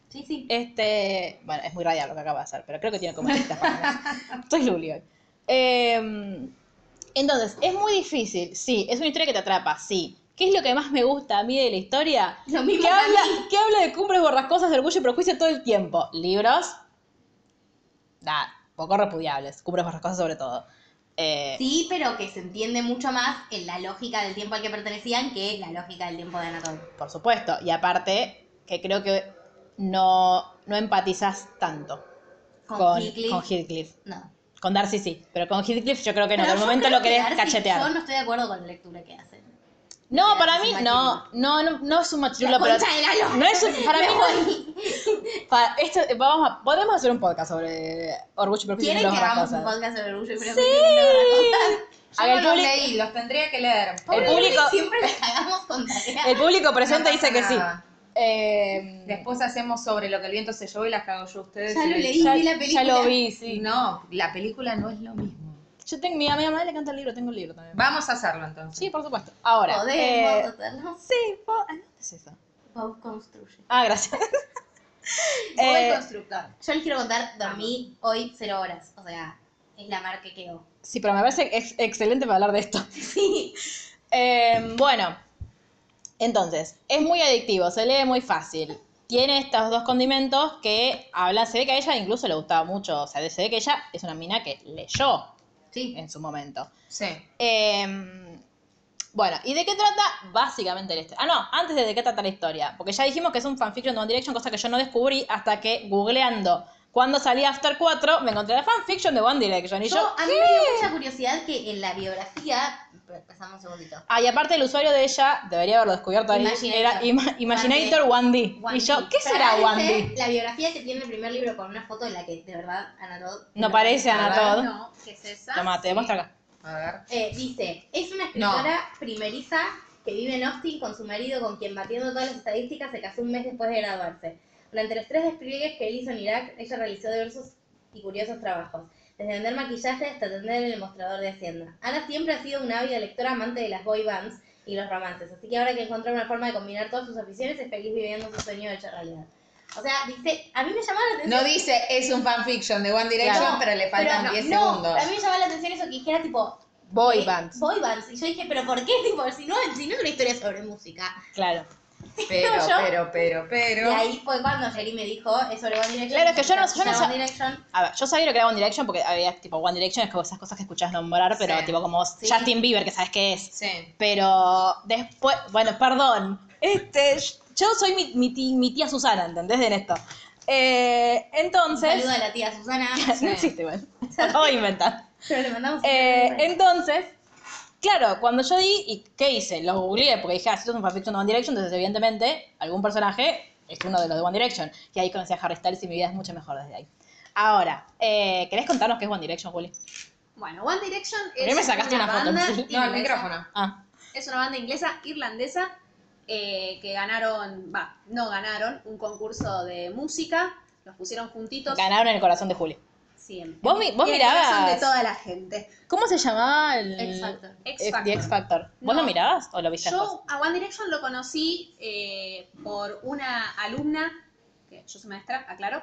S3: Sí, sí.
S1: Este, bueno, es muy radial lo que acaba de hacer, pero creo que tiene como 800 páginas. Estoy Luli hoy. Eh, entonces, es muy difícil, sí, es una historia que te atrapa, sí. ¿Qué es lo que más me gusta a mí de la historia?
S3: Lo mismo
S1: que
S3: que a
S1: Eh, habla,
S3: mí.
S1: que habla de cumbres borrascosas, de orgullo y prejuicio todo el tiempo. Libros, nada, poco repudiables, cumbres borrascosas sobre todo. Eh,
S3: Sí, pero que se entiende mucho más en la lógica del tiempo al que pertenecían que la lógica del tiempo de Anatol.
S1: Por supuesto. Y aparte, que creo que no, no empatizas tanto
S3: Con,
S1: con,
S3: Heathcliff,
S1: con Heathcliff.
S3: No.
S1: Con Darcy sí, pero con Heathcliff yo creo que no.
S3: Pero
S1: De
S3: yo
S1: momento
S3: creo
S1: lo querés
S3: Darcy-
S1: cachetear.
S3: Yo no estoy de acuerdo con la lectura que hacen.
S1: no,
S3: Darcy
S1: para
S3: es
S1: mí
S3: un
S1: no, no, no, no es un machirulo,
S3: La
S1: pero
S3: concha de la lora.
S1: no es un- para
S3: Me
S1: mí no. para- esto, vamos a, podemos hacer un podcast sobre orgullo y prejuicio. y
S3: ¿Quieren que
S1: otras
S3: hagamos
S1: cosas.
S3: un podcast sobre orgullo y prejuicio?
S1: Sí.
S2: Yo
S1: Haga
S2: no
S1: el
S2: los
S1: público-
S2: leí, los tendría que leer.
S1: El público,
S3: Siempre las hagamos con tarea.
S1: el público presente
S2: No pasa
S1: dice que sí.
S2: nada.
S1: Eh,
S2: Después hacemos sobre lo que el viento se llevó y las cago yo ustedes.
S3: Ya
S2: y
S3: lo
S2: le-
S3: leí,
S1: ya,
S3: vi la
S1: ya
S3: película.
S1: lo vi, sí.
S2: No, la película no es lo mismo.
S1: Yo tengo, mi amiga madre le canta el libro, tengo el libro también.
S2: Vamos a hacerlo entonces.
S1: Sí, por supuesto. Ahora. eh,
S3: Podemos hacerlo.
S1: Sí, po- ah, ¿dónde es eso?
S3: Bob construye.
S1: Ah, gracias.
S4: Bob el
S1: Eh,
S4: constructor.
S3: Yo les quiero contar, dormí hoy cero horas. O sea, es la mar que quedó.
S1: sí, pero me parece ex- excelente para hablar de esto.
S3: Sí.
S1: Eh, bueno, entonces, es muy adictivo, se lee muy fácil. Tiene estos dos condimentos que hablan, se ve que a ella incluso le gustaba mucho, o sea, se ve que ella es una mina que leyó
S2: Sí.
S1: en su momento.
S2: Sí.
S1: Eh, bueno, ¿y de qué trata? Básicamente la historia. Ah, no, antes de de qué trata la historia. Porque ya dijimos que es un fanfiction de One Direction, cosa que yo no descubrí hasta que googleando Cuando salí After 4, me encontré la fanfiction de One Direction. Y
S3: Yo,
S1: yo,
S3: a mí me dio mucha curiosidad que en la biografía, pasamos un segundito,
S1: Ah, y aparte el usuario de ella, debería haberlo descubierto ahí,
S3: Imaginator.
S1: era ima- Imaginator 1D.
S3: One
S1: Y yo,
S3: D.
S1: ¿qué
S3: Pero
S1: será
S3: ahora
S1: 1D?
S3: dice La biografía que tiene el primer libro con una foto en la que de verdad Ana Todd
S1: No parece Ana
S3: estaba.
S1: Todd.
S4: No, ¿qué es esa?
S1: Toma, te muestro acá.
S2: A ver.
S3: Eh, dice, es una escritora primeriza que vive en Austin con su marido con quien batiendo todas las estadísticas se casó un mes después de graduarse. Durante los tres despliegues que él hizo en Irak, ella realizó diversos y curiosos trabajos. Desde vender maquillaje hasta atender en el mostrador de Hacienda. Ana siempre ha sido una ávida lectora amante de las boy bands y los romances, así que ahora que encontró una forma de combinar todas sus aficiones es feliz viviendo su sueño hecho realidad. O sea, dice, a mí me llamó la atención
S2: No dice es un fanfiction de One Direction,
S3: Claro.
S2: pero le faltan
S3: pero no,
S2: 10
S3: no,
S2: segundos.
S3: A mí me llamaba la atención eso que dijera tipo.
S1: Boy
S3: eh,
S1: bands.
S3: Boy bands. Y yo dije, ¿pero por qué? Tipo, si no, si no es una historia sobre música.
S1: Claro.
S2: Pero,
S3: yo-
S2: pero, pero, pero.
S3: Y ahí fue cuando Jerry me dijo, es sobre One Direction.
S1: Claro, es que yo no- yo no
S3: One
S1: sab-
S3: Direction.
S1: A ver, yo sabía lo que era One Direction porque había tipo One Direction, es como esas cosas que escuchás nombrar, pero
S2: Sí.
S1: tipo como
S3: Sí.
S1: Justin Bieber, que sabes qué es.
S2: Sí.
S1: Pero después, bueno, perdón. Este, yo soy mi, mi ti- mi tía Susana, ¿entendés? En esto. Eh, entonces.
S3: Saludo a la tía Susana.
S1: No existe igual. Lo acabo de inventar.
S3: Pero le mandamos un
S1: Eh,
S3: saludo.
S1: entonces, claro, cuando yo di, ¿y qué hice? Lo googleé porque dije, ah, si esto es un fanfiction de One Direction, entonces evidentemente algún personaje es uno de los de One Direction. Y ahí conocí a Harry Styles y mi vida es mucho mejor desde ahí. Ahora, eh, ¿querés contarnos qué es One Direction, Juli?
S4: Bueno, One Direction
S1: qué
S4: es
S1: me sacaste
S4: una,
S1: una foto?
S4: banda
S1: No, el
S2: No,
S4: inglesa.
S2: el micrófono.
S1: Ah,
S4: Es una banda inglesa irlandesa eh, que ganaron, va, no ganaron un concurso de música. Los pusieron juntitos.
S1: ganaron en el corazón de Juli.
S4: siempre.
S1: Vos mi- vos
S4: Y el
S1: mirabas-
S4: corazón de toda la gente.
S1: ¿Cómo se llamaba el.
S3: Exacto.
S4: X
S1: eh, The
S4: Factor.
S1: X Factor. ¿Vos
S4: No.
S1: lo mirabas o lo viste después?
S4: Yo a One Direction lo conocí eh, por una alumna, que yo soy maestra, aclaro,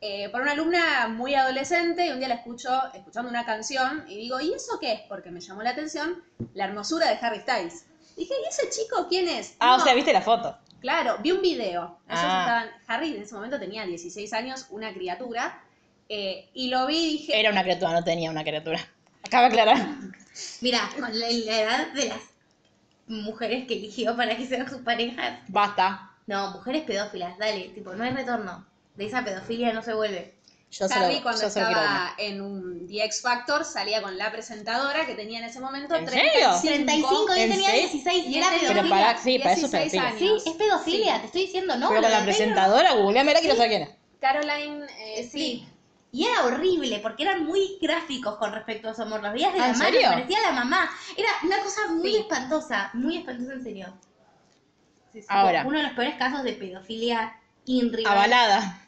S4: eh, por una alumna muy adolescente y un día la escucho escuchando una canción y digo, ¿y eso qué es? Porque me llamó la atención la hermosura de Harry Styles. Dije, ¿y ese chico quién es?
S1: Ah, o
S4: No,
S1: sea, viste la foto.
S4: Claro, vi un video. Ellos
S1: Ah.
S4: estaban, Harry en ese momento tenía 16 años, una criatura, eh, y lo vi y dije,
S1: Era una criatura, no tenía una criatura. Acaba de aclarar.
S3: Mira, con la, la edad de las mujeres que eligió para que sean sus parejas.
S1: Basta.
S3: No, mujeres pedófilas, dale. Tipo, no hay retorno. De esa pedofilia no se vuelve.
S1: Yo solo,
S4: Harry
S1: yo
S4: cuando
S1: solo quiero una.
S4: estaba en un The X Factor salía con la presentadora que tenía en ese momento
S1: ¿En serio?
S4: 35,
S3: 35 y
S1: ¿En
S3: tenía
S1: serio?
S3: 16 y
S4: Y
S3: era
S4: este-
S3: pedofilia.
S1: Pero para, sí, para eso es
S4: 16
S1: pedofilia.
S4: años.
S3: Sí, es pedofilia, te estoy diciendo, ¿no?
S1: Pero con
S3: lo
S1: la
S3: de Taylor-
S1: presentadora, googleamela, quiero saber quién es.
S4: Caroline eh,
S3: Sí.
S4: sí.
S3: Y era horrible, porque eran muy gráficos con respecto a su amor. Los días de
S1: ¿Ah,
S3: la
S1: en
S3: mano,
S1: serio?
S3: parecía la mamá. Era una cosa muy espantosa, muy espantosa en serio.
S1: Ahora,
S3: Uno de los peores casos de pedofilia inrival.
S1: avalada.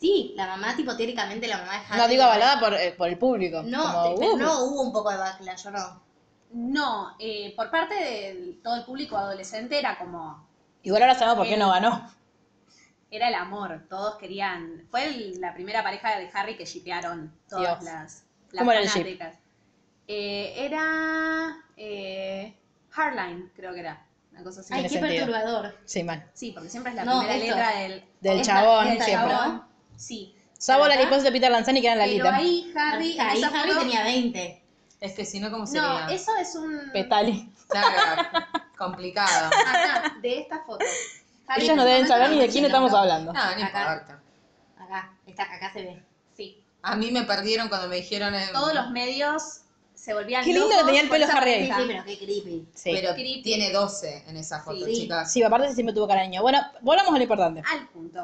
S3: Sí, la mamá, tipo, teóricamente la mamá de
S4: Ah,
S3: Harry.
S1: No digo avalada por, eh, por el público.
S3: No,
S1: como,
S3: te- pero
S1: uh,
S3: no hubo un poco de backlash, yo no.
S4: No, eh, por parte de todo el público adolescente era como,
S1: Igual ahora sabemos
S4: Eh.
S1: por qué no ganó.
S4: era el amor, todos querían, fue el- la primera pareja de Harry que shipearon todas
S1: Dios.
S4: las, las
S1: ¿Cómo era el ship?
S4: fanáticas. Eh, era eh, Hardline, creo que era, una cosa así.
S3: Ay,
S1: tiene
S3: qué
S1: sentido.
S3: perturbador.
S1: Sí, mal.
S4: Sí, porque siempre es la
S3: No,
S4: primera
S3: esto.
S4: letra del,
S1: Del
S3: Esta-
S1: chabón,
S3: esta
S1: siempre.
S3: chabón.
S4: Sí.
S1: Sabo la
S4: ¿Verdad?
S1: liposa de Peter Lanzani que era la
S4: Pero
S1: lita.
S4: ahí Harry,
S3: Ahí
S4: esa
S3: Harry
S4: foto-
S3: tenía 20.
S2: Es que si no, ¿cómo
S4: No,
S2: sería?
S4: eso es un...
S1: Petali.
S2: Claro, complicado.
S4: Acá, de esta foto. Harry
S1: Ellos no
S4: en
S1: deben
S4: ese
S1: saber
S4: momento
S1: ni de quién
S4: no
S1: estamos
S4: conoce.
S1: hablando.
S2: No, no
S3: Acá.
S2: importa.
S3: Acá, está, acá se ve.
S4: Sí.
S2: A mí me perdieron cuando me dijeron. eh,
S4: Todos los medios se volvían
S1: Qué lindo
S4: locos
S1: que tenía el
S4: por
S1: pelo
S4: esa
S1: Harry ahí.
S3: Sí,
S4: pareja.
S3: sí, pero qué creepy.
S1: Sí.
S2: Pero
S4: Creepy.
S2: tiene 12 en esa foto,
S3: Sí.
S2: chicas.
S1: Sí, aparte siempre tuvo cara de niño. Bueno, volvamos a lo importante.
S4: Al punto.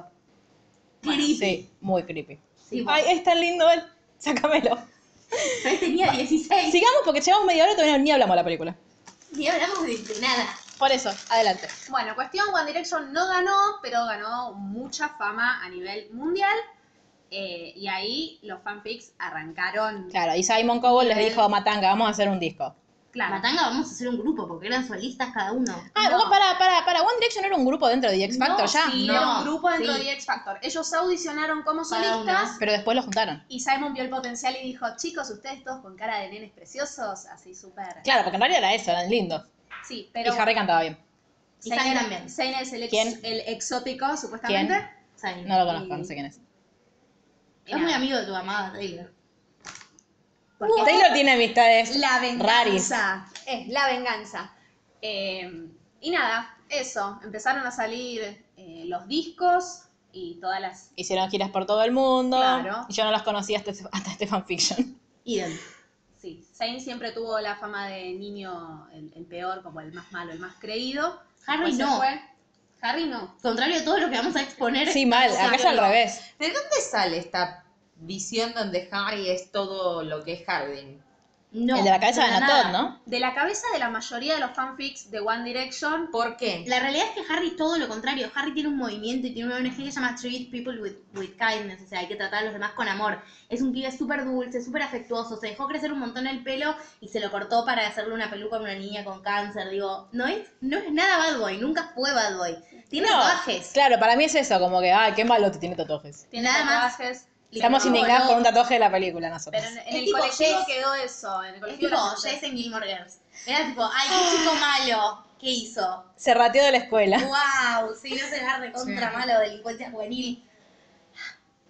S4: Ah,
S1: Sí, muy creepy.
S3: Sí,
S1: Ay, es tan lindo él. Sácamelo.
S3: Ahí tenía 16.
S1: Sigamos porque llevamos media hora y todavía ni hablamos de la película.
S3: Ni hablamos de de nada.
S1: Por eso, adelante.
S4: Bueno, cuestión, One Direction no ganó, pero ganó mucha fama a nivel mundial. Eh, y ahí los fanfics arrancaron.
S1: Claro, y Simon Cowell les dijo a Matanga, vamos a hacer un disco.
S4: Claro.
S3: Matanga vamos a hacer un grupo porque eran solistas cada uno.
S1: Ah,
S4: No.
S1: bueno, para, para, para. One Direction era un grupo dentro de The X Factor ya.
S4: Sí,
S2: No.
S4: era un grupo dentro
S3: Sí.
S4: de X Factor. Ellos audicionaron como
S3: Cada uno.
S4: solistas
S1: Pero después lo juntaron.
S4: Y Simon vio el potencial y dijo, chicos, ustedes todos con cara de nenes preciosos, así súper.
S1: Claro, porque en realidad era eso, eran lindos.
S4: Sí, pero...
S1: y Harry cantaba bien.
S3: Y Zayn también.
S4: Zayn es el, ex-
S1: ¿Quién?
S4: el exótico, supuestamente.
S1: ¿Quién?
S3: Zayn.
S1: No lo conozco, no sé quién es.
S3: Es muy amigo de tu amada Taylor.
S4: Porque
S1: Taylor tiene amistades.
S4: La
S1: Raris.
S4: venganza. Es la venganza. Eh, y nada, eso. Empezaron a salir eh, los discos. y todas las...
S1: Hicieron giras por todo el mundo.
S4: Claro.
S1: Y yo no las conocía hasta, este- hasta este fanfiction.
S3: Idem.
S4: Sí, Zayn siempre tuvo la fama de niño el, el peor, como el más malo, el más creído.
S3: Harry
S4: Después se
S3: no.
S4: fue- Harry no.
S3: Contrario a todo lo que vamos a exponer.
S1: Sí, mal.
S3: vamos a
S1: Acá es al
S3: verlo.
S1: revés.
S2: ¿De dónde sale esta visión donde Harry es todo lo que es Harding?
S3: No,
S1: el de la cabeza de
S3: para nada.
S1: Anatod, ¿no?
S4: De la cabeza de la mayoría de los fanfics de One Direction,
S2: ¿Por qué?
S3: La realidad es que Harry es todo lo contrario. Harry tiene un movimiento y tiene una ONG que se llama Treat People with, with Kindness. O sea, hay que tratar a los demás con amor. Es un pibe súper dulce, súper afectuoso. Se dejó crecer un montón el pelo y se lo cortó para hacerle una peluca a una niña con cáncer. Digo, no es, no es nada Bad Boy. Nunca fue Bad Boy. Tiene
S1: No,
S3: tatuajes.
S1: Claro, para mí es eso, como que, ay, qué malo te tiene tatuajes.
S4: tiene
S3: Nada más.
S4: tatuajes.
S1: Estamos
S4: Pero
S1: indignados
S4: no,
S1: por un tatuaje de la película nosotros.
S4: Pero en, en
S3: Es
S4: el
S3: tipo
S4: colectivo
S3: Jess.
S4: quedó eso. En el
S3: Es
S4: colectivo
S3: tipo
S4: la gente-
S3: Jess en Gilmore Girls. Era tipo, ay, qué chico malo. ¿Qué hizo?
S1: Se rateó de la escuela.
S3: ¡Wow! Si no será recontra
S2: Sí.
S3: malo, delincuencia juvenil.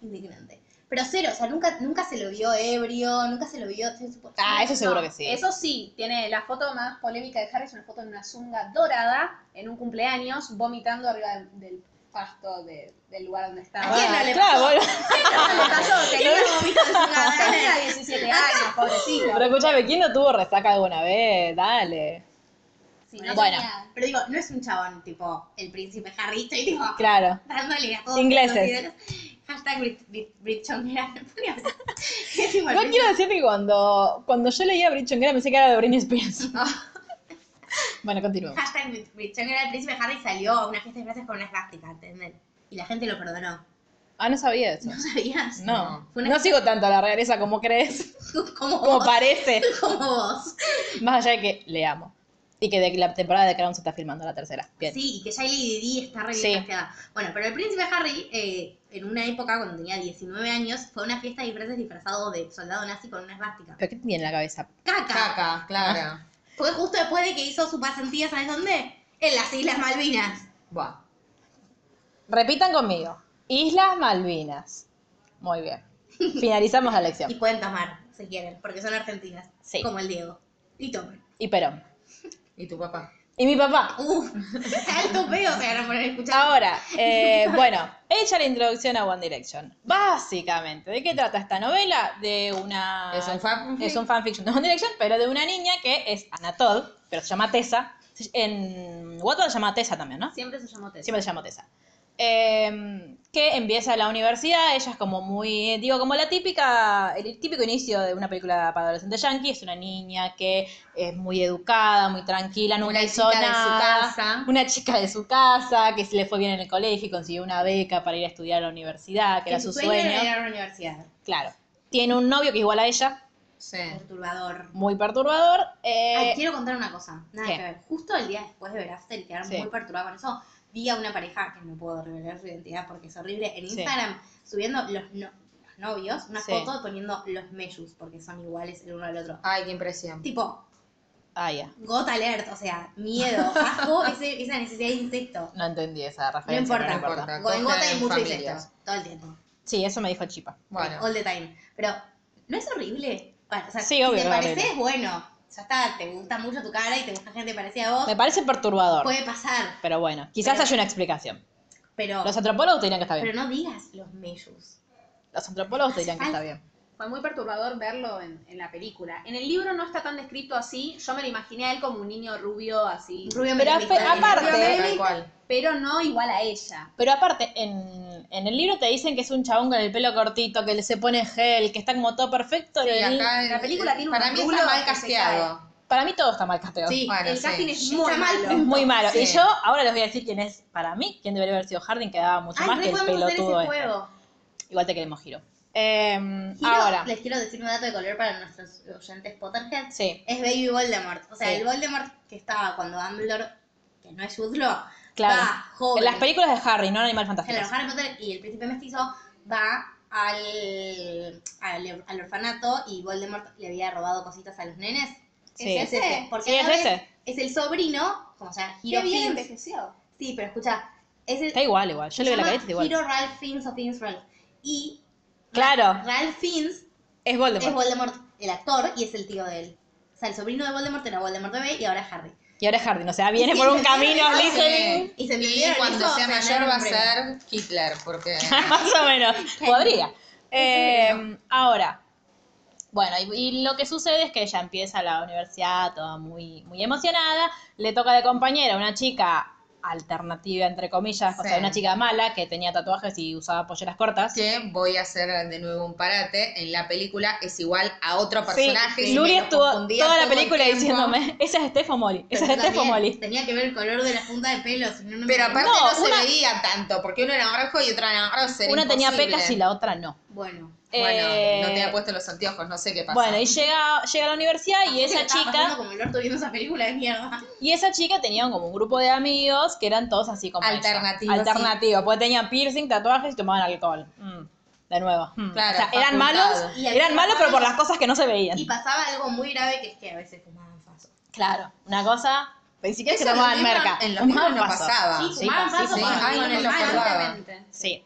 S3: Indignante. Pero cero, o sea, nunca, nunca se lo vio ebrio, nunca se lo vio. se supo-
S1: Ah, eso seguro
S4: No,
S1: que sí.
S4: Eso sí, tiene la foto más polémica de Harry, es una foto en una zunga dorada, en un cumpleaños, vomitando arriba del, del pasto de- del lugar donde estaba.
S3: ¿A quién no le
S1: Ah, claro,
S3: pasó?
S1: boludo.
S4: no le pasó?
S3: ¿Quién
S4: Tenía,
S3: no vomita de su
S4: tenía
S3: nada?
S4: 17 años, pobrecito.
S1: Pero escúchame, ¿quién no tuvo resaca alguna vez? Dale.
S4: Sí, no
S1: Bueno.
S4: tenía-
S3: Pero digo, no es un chabón tipo el príncipe Harry, estoy tipo
S1: Claro.
S3: dándole a todos.
S1: Ingleses.
S3: los videos. Hashtag Brit- Brit- Britchongera, me pone a hablar. Es tipo el
S1: Igual quiero decirte que cuando, cuando yo leía Britchongera pensé que era de Britney Spears.
S3: Ah.
S1: bueno, continuamos.
S3: Hashtag Brit- Britchongera, el príncipe Harry salió a una fiesta de gracias con una esvástica, ¿entendés? Y la gente lo perdonó.
S1: Ah, no sabía eso.
S3: ¿No sabías?
S1: No.
S3: Fue una-
S1: No sigo tanto a la realeza como crees,
S3: Como
S1: como
S3: vos.
S1: parece.
S3: Como vos.
S1: Más allá de que le amo. Y que de- la temporada de Crown se está filmando la tercera. Bien.
S3: Sí, y que ya Lady Di está re
S1: Sí.
S3: bien casqueada. Bueno, pero el príncipe Harry, eh, en una época cuando tenía 19 años, fue a una fiesta de disfraces disfrazado de soldado nazi con una esvástica.
S1: ¿Pero qué tiene en la cabeza?
S3: ¡Caca!
S2: Caca, Clara.
S4: Ah.
S3: Fue justo después de que hizo su pasantía, ¿sabes dónde? En las Islas Malvinas.
S2: Buah.
S1: Repitan conmigo. Islas Malvinas. Muy bien. Finalizamos la
S3: Y
S1: lección.
S3: pueden tomar, si quieren, porque son argentinas.
S1: Sí.
S3: Como el Diego. Y toman.
S1: Y Perón.
S2: ¿Y tu papá?
S1: Y mi papá.
S3: ¡Uh! ¡Alto peo! Se van a poner a escuchar.
S1: Ahora, eh, bueno, hecha la introducción a One Direction. Básicamente, ¿de qué trata esta novela? De una...
S2: ¿Es un fanfic?
S1: Es un fanfiction de One Direction, pero de una niña que es Anatod, pero se llama Tessa. En Wattpad se llama Tessa también, ¿no?
S4: Siempre se llamó Tess.
S1: Siempre se llamó Tessa. Eh, que empieza la universidad, ella es como muy, digo, como la típica, el típico inicio de una película para adolescentes yankee, es una niña que es muy educada, muy tranquila, nunca
S2: Una
S1: hizo
S2: chica de su
S1: nada.
S3: Ah.
S2: casa.
S1: Una chica de su casa, que se le fue bien en el colegio y consiguió una beca para ir a estudiar a la universidad, que, era
S3: Que
S1: su
S3: su
S1: sueño. Eh.
S3: sueño era ir a la universidad.
S1: Claro. Tiene un novio que es igual a ella,
S2: Sí.
S3: Perturbador.
S1: muy perturbador. eh,
S3: Ay, quiero contar una cosa. Nada
S1: ¿Qué?
S3: que ver. Justo el día después de ver After y quedar
S1: Sí.
S3: muy perturbada con eso, vi a una pareja, que no puedo revelar su identidad porque es horrible, en
S1: Sí.
S3: Instagram subiendo los, no- los novios, una
S1: Sí.
S3: foto poniendo los mellus porque son iguales el uno al otro.
S2: Ay, qué impresión.
S3: Tipo,
S1: ah, ya.
S3: got alert, o sea, miedo, asco, ese- esa necesidad de insecto.
S1: No entendí esa
S3: No
S1: referencia.
S3: importa.
S1: pero
S2: importa.
S3: Con gota hay
S2: Cogen
S3: mucho
S2: familias.
S3: insecto. Todo el tiempo.
S1: Sí, eso me dijo Chipa.
S2: Bueno.
S3: eh, All the time. Pero, ¿no es horrible? Bueno, o sea,
S1: Sí,
S3: si
S1: obvio,
S3: te
S1: no,
S3: parece,
S1: horrible.
S3: es bueno. Ya está, te gusta mucho tu cara y te gusta gente parecida a vos.
S1: Me parece perturbador.
S3: Puede pasar,
S1: Pero bueno, quizás
S3: Pero-
S1: haya una explicación.
S3: pero,
S1: Los antropólogos te dirían que está
S3: pero
S1: bien.
S3: no digas los mellus.
S1: Los antropólogos te dirían que está bien.
S4: Fue muy perturbador verlo en, en la película. En el libro no está tan descrito así. Yo me lo imaginé a él como un niño rubio así.
S3: Rubio
S1: Pero
S3: menemista,
S1: ape-
S3: ¿no?
S1: aparte-
S4: Rubio
S2: Tal
S4: menemista,
S2: cual.
S4: pero no igual a ella.
S1: Pero aparte, en, en el libro te dicen que es un chabón con el pelo cortito, que se pone gel, que está como todo perfecto.
S2: Sí,
S1: y ahí-
S2: acá
S4: la película tiene un
S2: Para mí está
S4: rulo
S2: mal
S4: que se
S2: casteado.
S1: Para mí todo está mal casteado.
S3: Sí,
S2: Bueno,
S4: el
S2: sí.
S4: casting es
S3: Está
S4: muy
S3: mal.
S1: Es
S4: malo.
S1: muy malo.
S2: Sí.
S1: Y yo ahora les voy a decir quién es, para mí, quién debería haber sido Harding, quedaba mucho
S3: Ay,
S1: más
S3: re
S1: que el
S3: podemos hacer ese
S1: pelotudo. este.
S3: juego.
S1: Igual te queremos, Giro. Em,
S3: Quiero-
S1: ahora,
S3: Les quiero decir un dato de color para nuestros oyentes Potterheads.
S1: sí,
S3: Es Baby Voldemort. O sea,
S1: Sí.
S3: el Voldemort que estaba cuando Dumbledore, que no es Jude Law,
S1: claro.
S3: va joven.
S1: en las películas de Harry, no en Animal Fantástico.
S3: Claro, Harry Potter y el príncipe mestizo va al, al, al orfanato y Voldemort le había robado cositas a los nenes.
S1: Sí.
S3: Es ese, porque
S1: Sí, es
S3: a la vez
S1: ese.
S3: es el sobrino, como se llama, Hiro Fins.
S4: envejeció.
S3: Sí, pero escucha, es el,
S1: Está igual, igual. Yo le veo la careta, está igual.
S3: Hiro Ralph Fins o Fins Ralph. Y
S1: Claro,
S3: Ralph Fins
S1: es Voldemort.
S3: es Voldemort el actor y es el tío de él. O sea, el sobrino de Voldemort era Voldemort bebé y ahora es Harry.
S1: Y ahora es Harding, o sea, viene por un camino, dice.
S3: Y se me
S2: Y
S3: olvidaron
S2: cuando
S3: eso,
S2: sea
S3: se
S2: mayor
S3: ganaron
S2: va a
S3: un premio.
S2: ser Hitler, porque
S1: Más o menos. Podría. Eh, ahora, bueno, y, y lo que sucede es que ella empieza la universidad toda muy, muy emocionada. Le toca de compañera una chica alternativa, entre comillas, o
S2: Sí.
S1: sea, una chica mala que tenía tatuajes y usaba polleras cortas.
S2: que voy a hacer de nuevo un parate. En la película es igual a otro personaje.
S1: sí,
S2: y
S1: Luri
S2: me lo
S1: estuvo
S2: confundía
S1: toda la
S2: todo el
S1: película
S2: tiempo.
S1: diciéndome, esa es Estefo Moli, esa es
S3: Pero
S1: Estefo
S3: también
S1: Moli.
S3: Tenía que ver el color de la punta de pelo, si no, no me
S2: Pero aparte
S1: No,
S2: no, se
S1: una-
S2: veía tanto, porque uno era rojo y otro era rosa.
S1: Una tenía pecas y la otra no.
S3: Bueno.
S2: Bueno,
S1: Eh,
S2: no te había puesto los anteojos, no sé qué pasó.
S1: Bueno, y llega, llega a la universidad y esa
S3: Estaba pasando
S1: chica,
S3: como el orto viendo esa película de mierda.
S1: y esa chica tenía como un grupo de amigos que eran todos así como ella.
S2: Alternativos,
S1: Alternativos, porque tenían piercing, tatuajes y tomaban alcohol. Mm, de nuevo. Mm.
S2: Claro,
S1: o sea, eran
S2: facultad.
S1: malos,
S3: Y
S1: eran malos, pero por
S3: además-
S1: las cosas que no se veían.
S3: Y pasaba algo muy grave que es que a veces fumaban faso.
S1: Claro, una cosa, ni siquiera es que
S2: Eso en
S1: tomaban
S2: los libros-
S1: merca.
S2: en los
S1: Fumaban
S2: libros no
S1: faso.
S2: pasaba.
S3: Sí,
S1: sí,
S3: fumaban
S1: sí,
S3: faso
S1: sí.
S3: con
S2: Ay, no me lo acordaba.
S3: normalmente.
S1: Sí.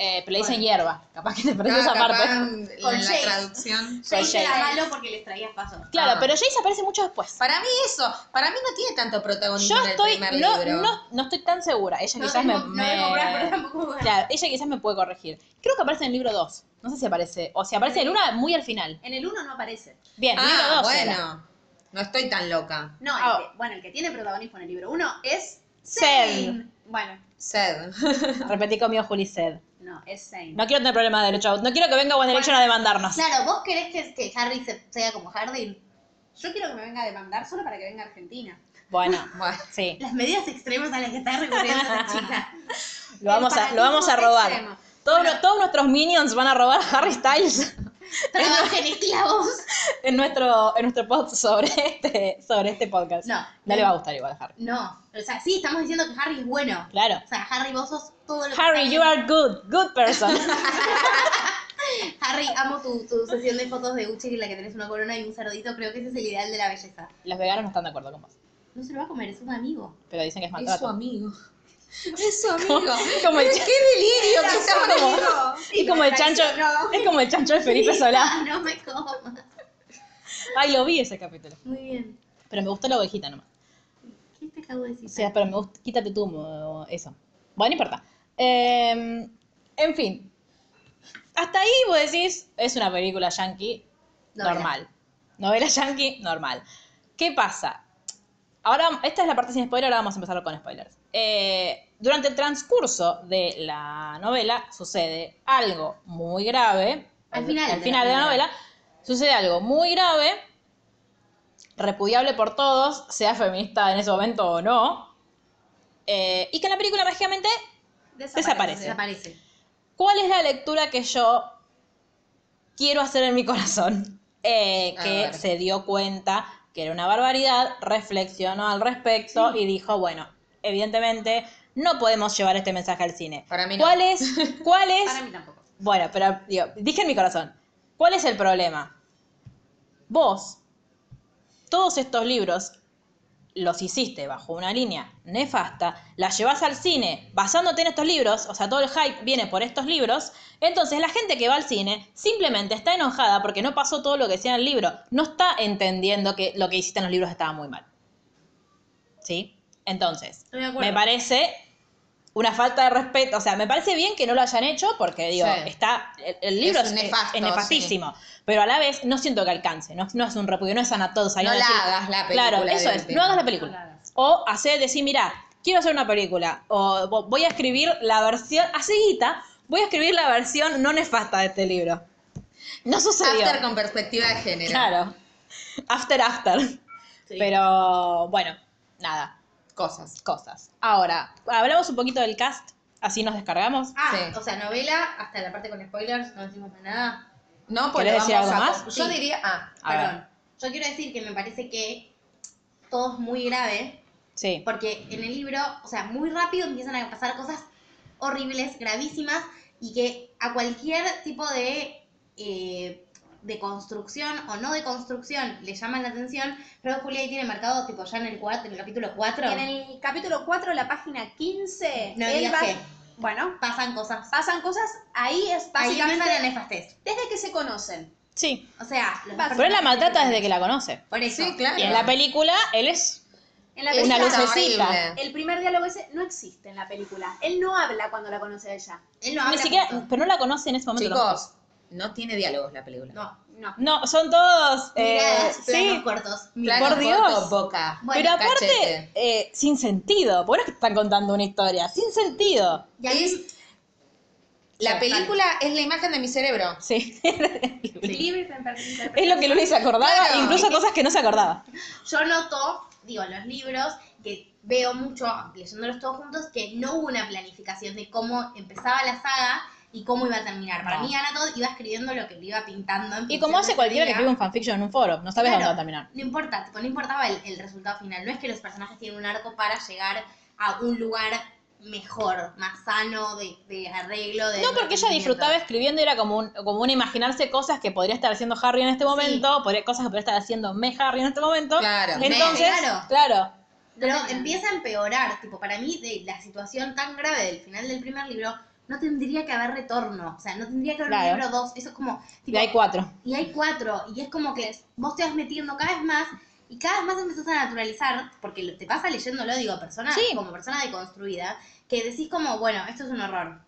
S1: Eh, pero le dicen hierba, capaz que te perdí
S2: Ah,
S1: esa
S2: capaz
S1: parte.
S2: en
S3: Con
S2: la
S3: Jay.
S2: traducción.
S3: Jay
S1: Jay.
S3: era malo porque les traía faso.
S1: Claro,
S2: Ah.
S1: pero Jace aparece mucho después.
S2: Para mí eso, para mí no tiene tanto protagonismo
S1: Yo
S2: en el
S1: estoy,
S2: primer
S1: no,
S2: libro.
S1: no, no estoy tan segura. Ella
S3: No
S1: quizás
S3: tengo-
S1: me.
S3: no
S1: me-
S3: debo comprar, pero tampoco voy a-
S1: Claro, ella quizás me puede corregir. Creo que aparece en el libro 2. No sé si aparece. O si aparece en una muy al final.
S4: En el 1 no aparece.
S1: Bien, libro
S2: ah,
S1: 2.
S2: bueno.
S1: era.
S2: No estoy tan loca.
S4: No, el
S1: Ah.
S4: que- bueno, el que tiene protagonismo en el libro 1 es
S1: Sed.
S4: Zane. Bueno,
S2: Sed.
S1: Repetí conmigo, Juli Sed.
S4: no, es Zane.
S1: No quiero tener problemas de derecho. No quiero que venga One Direction a demandarnos.
S3: Claro, ¿vos querés que, que Harry se- sea como Hardy?
S4: Yo quiero que me venga a demandar solo para que venga a Argentina.
S1: Bueno,
S2: Bueno.
S1: sí.
S3: Las medidas extremas a las que está recurriendo esa chica.
S1: Lo vamos a, lo vamos a robar. Todos, todos nuestros minions van a robar a Harry Styles.
S3: Trabajen esclavos.
S1: en nuestro, en nuestro post sobre este, sobre este podcast.
S3: No.
S1: le va a gustar igual a Harry.
S3: No, o sea, sí, estamos diciendo que Harry es bueno.
S1: Claro.
S3: O sea, Harry, vos sos todo lo que
S1: Harry,
S3: está
S1: you
S3: bien.
S1: are good, good person.
S3: Harry, amo tu, tu sesión de fotos de Gucci en la que tenés una corona y un cerdito. Creo que ese es el ideal de la belleza.
S1: Los veganos no están de acuerdo con vos,
S3: No se lo va a comer, es un amigo.
S1: pero dicen que es
S2: Es su
S1: maltrato.
S2: amigo. Es su amigo.
S1: como el
S2: Pero
S1: ch-
S2: ¡Qué delirio que estamos
S1: Es como el chancho, es como el chancho de Felipe Solá.
S3: Ah, no me comas.
S1: Ay, lo vi ese capítulo.
S3: Muy bien.
S1: Pero me gustó la ovejita nomás.
S3: ¿Qué te acabo de decir?
S1: O sea, pero me gusta, quítate tú mo- eso. Bueno, no importa. Eh, en fin. Hasta ahí vos decís, es una película yankee
S3: Novela.
S1: normal. Novela yankee normal. ¿Qué pasa? Ahora, esta es la parte sin spoiler, ahora vamos a empezar con spoilers. Eh, durante el transcurso de la novela sucede algo muy grave.
S3: Al final de
S1: Al
S3: la
S1: final de la
S3: novela.
S1: novela sucede algo muy grave, repudiable por todos, sea feminista en ese momento o no. eh, y que en la película mágicamente desaparece.
S3: Desaparece.
S1: ¿Cuál es la lectura que yo quiero hacer en mi corazón? Eh,
S2: A
S1: que
S2: ver.
S1: se dio cuenta que era una barbaridad, reflexionó al respecto y dijo, bueno, evidentemente no podemos llevar este mensaje al cine.
S2: Para mí no.
S1: ¿Cuál es? ¿Cuál es?
S4: Para mí tampoco.
S1: Bueno, pero digo, dije en mi corazón, ¿cuál es el problema? Vos, todos estos libros los hiciste bajo una línea nefasta, la llevas al cine basándote en estos libros, o sea, todo el hype viene por estos libros, entonces la gente que va al cine simplemente está enojada porque no pasó todo lo que decía en el libro, no está entendiendo que lo que hiciste en los libros estaba muy mal. ¿Sí? Entonces,
S3: Estoy de acuerdo.
S1: me parece una falta de respeto, o sea, me parece bien que no lo hayan hecho porque digo,
S2: Sí.
S1: está el, el libro
S2: Es
S1: es,
S2: nefasto,
S1: es nefastísimo, pero a la vez no siento que alcance, no, no es un repudio, no es anatodos
S2: No la hagas la película
S1: Claro, eso
S2: de
S1: es,
S2: última.
S1: no hagas la película. O hacer decir, mira, quiero hacer una película o vo- voy a escribir la versión así guita, voy a escribir la versión no nefasta de este libro. No sucedió.
S2: After con perspectiva de género.
S1: claro. After after. Pero bueno, nada,
S2: Cosas.
S1: cosas. Ahora, hablamos un poquito del cast, así nos descargamos.
S3: Ah,
S2: Sí.
S3: o sea, novela, hasta la parte con spoilers, no decimos más nada.
S2: No, porque
S1: ¿Querés decir
S2: vamos
S1: algo
S2: a-
S1: más? Eh,
S2: Yo
S3: Sí.
S2: diría, ah,
S1: A ver.
S3: Perdón. Yo quiero decir que me parece que todo es muy grave,
S1: Sí.
S3: porque en el libro, o sea, muy rápido empiezan a pasar cosas horribles, gravísimas, y que a cualquier tipo de, eh, de construcción o no de construcción le llaman la atención. Creo que Julia ahí tiene marcado, tipo, ya en el, cuatro, en el capítulo 4,
S4: En el capítulo 4, la página 15,
S3: No
S4: él
S3: digas
S4: va-
S3: qué.
S4: Bueno,
S3: pasan cosas.
S4: pasan cosas, ahí es
S3: Ahí
S4: básicamente
S3: empieza la nefastez.
S4: desde que se conocen.
S1: Sí.
S3: O sea,
S1: Pero
S3: los
S4: Pero
S1: él la
S3: personajes-
S1: maltrata desde que la conoce.
S3: Por eso.
S2: sí, claro.
S1: Y en la película, él es
S4: En la
S2: Es
S1: Una
S4: película,
S1: lucecita.
S2: horrible.
S4: el primer diálogo ese no existe en la película. Él no habla cuando la conoce a ella.
S3: Él no habla.
S1: Ni siquiera,
S3: justo.
S1: pero no la conoce en ese momento.
S2: Chicos, no tiene diálogos la película.
S3: No.
S4: No.
S1: No, son todos. eh,
S3: Miradas, planos
S1: sí,
S3: cortos.
S2: Plano,
S1: por Dios.
S2: foto, boca.
S3: Bueno,
S1: pero aparte,
S2: cachete.
S1: eh, sin sentido. Porque no es que están contando una historia, sin sentido.
S3: Y ahí-
S2: Es- La
S3: Sí,
S2: película es la imagen de mi cerebro.
S1: Sí.
S4: Libre de interpretación.
S1: es lo que Luli se acordaba,
S2: Claro.
S1: incluso cosas que no se acordaba.
S3: yo noto, digo, en los libros, que veo mucho, leyéndolos todos juntos, que no hubo una planificación de cómo empezaba la saga y cómo iba a terminar. Para
S1: No.
S3: mí, Anato iba escribiendo lo que le iba pintando. en
S1: Y
S3: función
S1: como
S3: de
S1: hace
S3: su
S1: cualquiera que
S3: día.
S1: escribe un fanfiction en un foro, no sabes dónde
S3: Claro.
S1: va a terminar.
S3: No importa, tipo, no importaba el, el resultado final. No es que los personajes tienen un arco para llegar a un lugar mejor, más sano, de, de arreglo. De
S1: No, porque ella disfrutaba escribiendo y era como un, como un imaginarse cosas que podría estar haciendo Harry en este momento, podría, cosas que podría estar haciendo me Harry en este momento.
S2: Claro, me,
S1: Entonces,
S3: claro.
S1: claro.
S3: Pero empieza a empeorar, tipo, para mí de la situación tan grave del final del primer libro, no tendría que haber retorno, o sea, no tendría que haber un
S1: Claro.
S3: libro dos, eso es como,
S1: Y
S3: tipo,
S1: hay cuatro.
S3: y hay cuatro, y es como que vos te vas metiendo cada vez más, y cada vez más empezás a naturalizar, porque lo- te pasa leyéndolo, digo, persona,
S1: Sí.
S3: como persona deconstruida, que decís como, bueno, esto es un horror.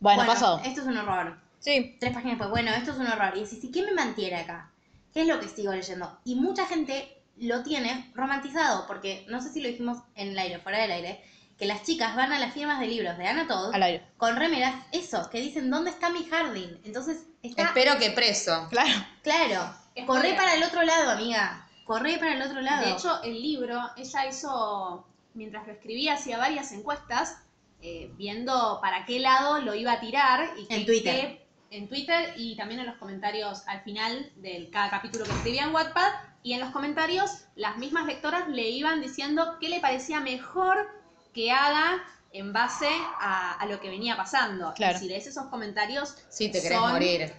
S1: Bueno, pasó.
S3: Esto es un horror.
S1: Sí.
S3: Tres páginas después, bueno, esto es un horror. Y decís, ¿y quién me mantiene acá? ¿Qué es lo que sigo leyendo? Y mucha gente lo tiene romantizado, porque no sé si lo dijimos en el aire, fuera del aire, que las chicas van a las firmas de libros de Ana Todd
S1: Al aire.
S3: con remeras, esos, que dicen, ¿dónde está mi jardín? Entonces, está
S2: Espero que preso.
S1: Claro.
S3: Claro.
S4: Es
S3: Corré
S4: muy
S3: para el otro lado, amiga. Corré para el otro lado.
S4: De hecho, el libro, ella hizo, mientras lo escribía, hacía varias encuestas eh, viendo para qué lado lo iba a tirar. Y
S3: En
S4: qué-
S3: Twitter.
S4: qué- en Twitter y también en los comentarios al final de cada capítulo que escribía en Wattpad. Y en los comentarios, las mismas lectoras le iban diciendo qué le parecía mejor que haga en base a, a lo que venía pasando. Y
S1: Claro.
S4: si lees esos comentarios,
S2: Si te querés
S4: Son-
S2: morir.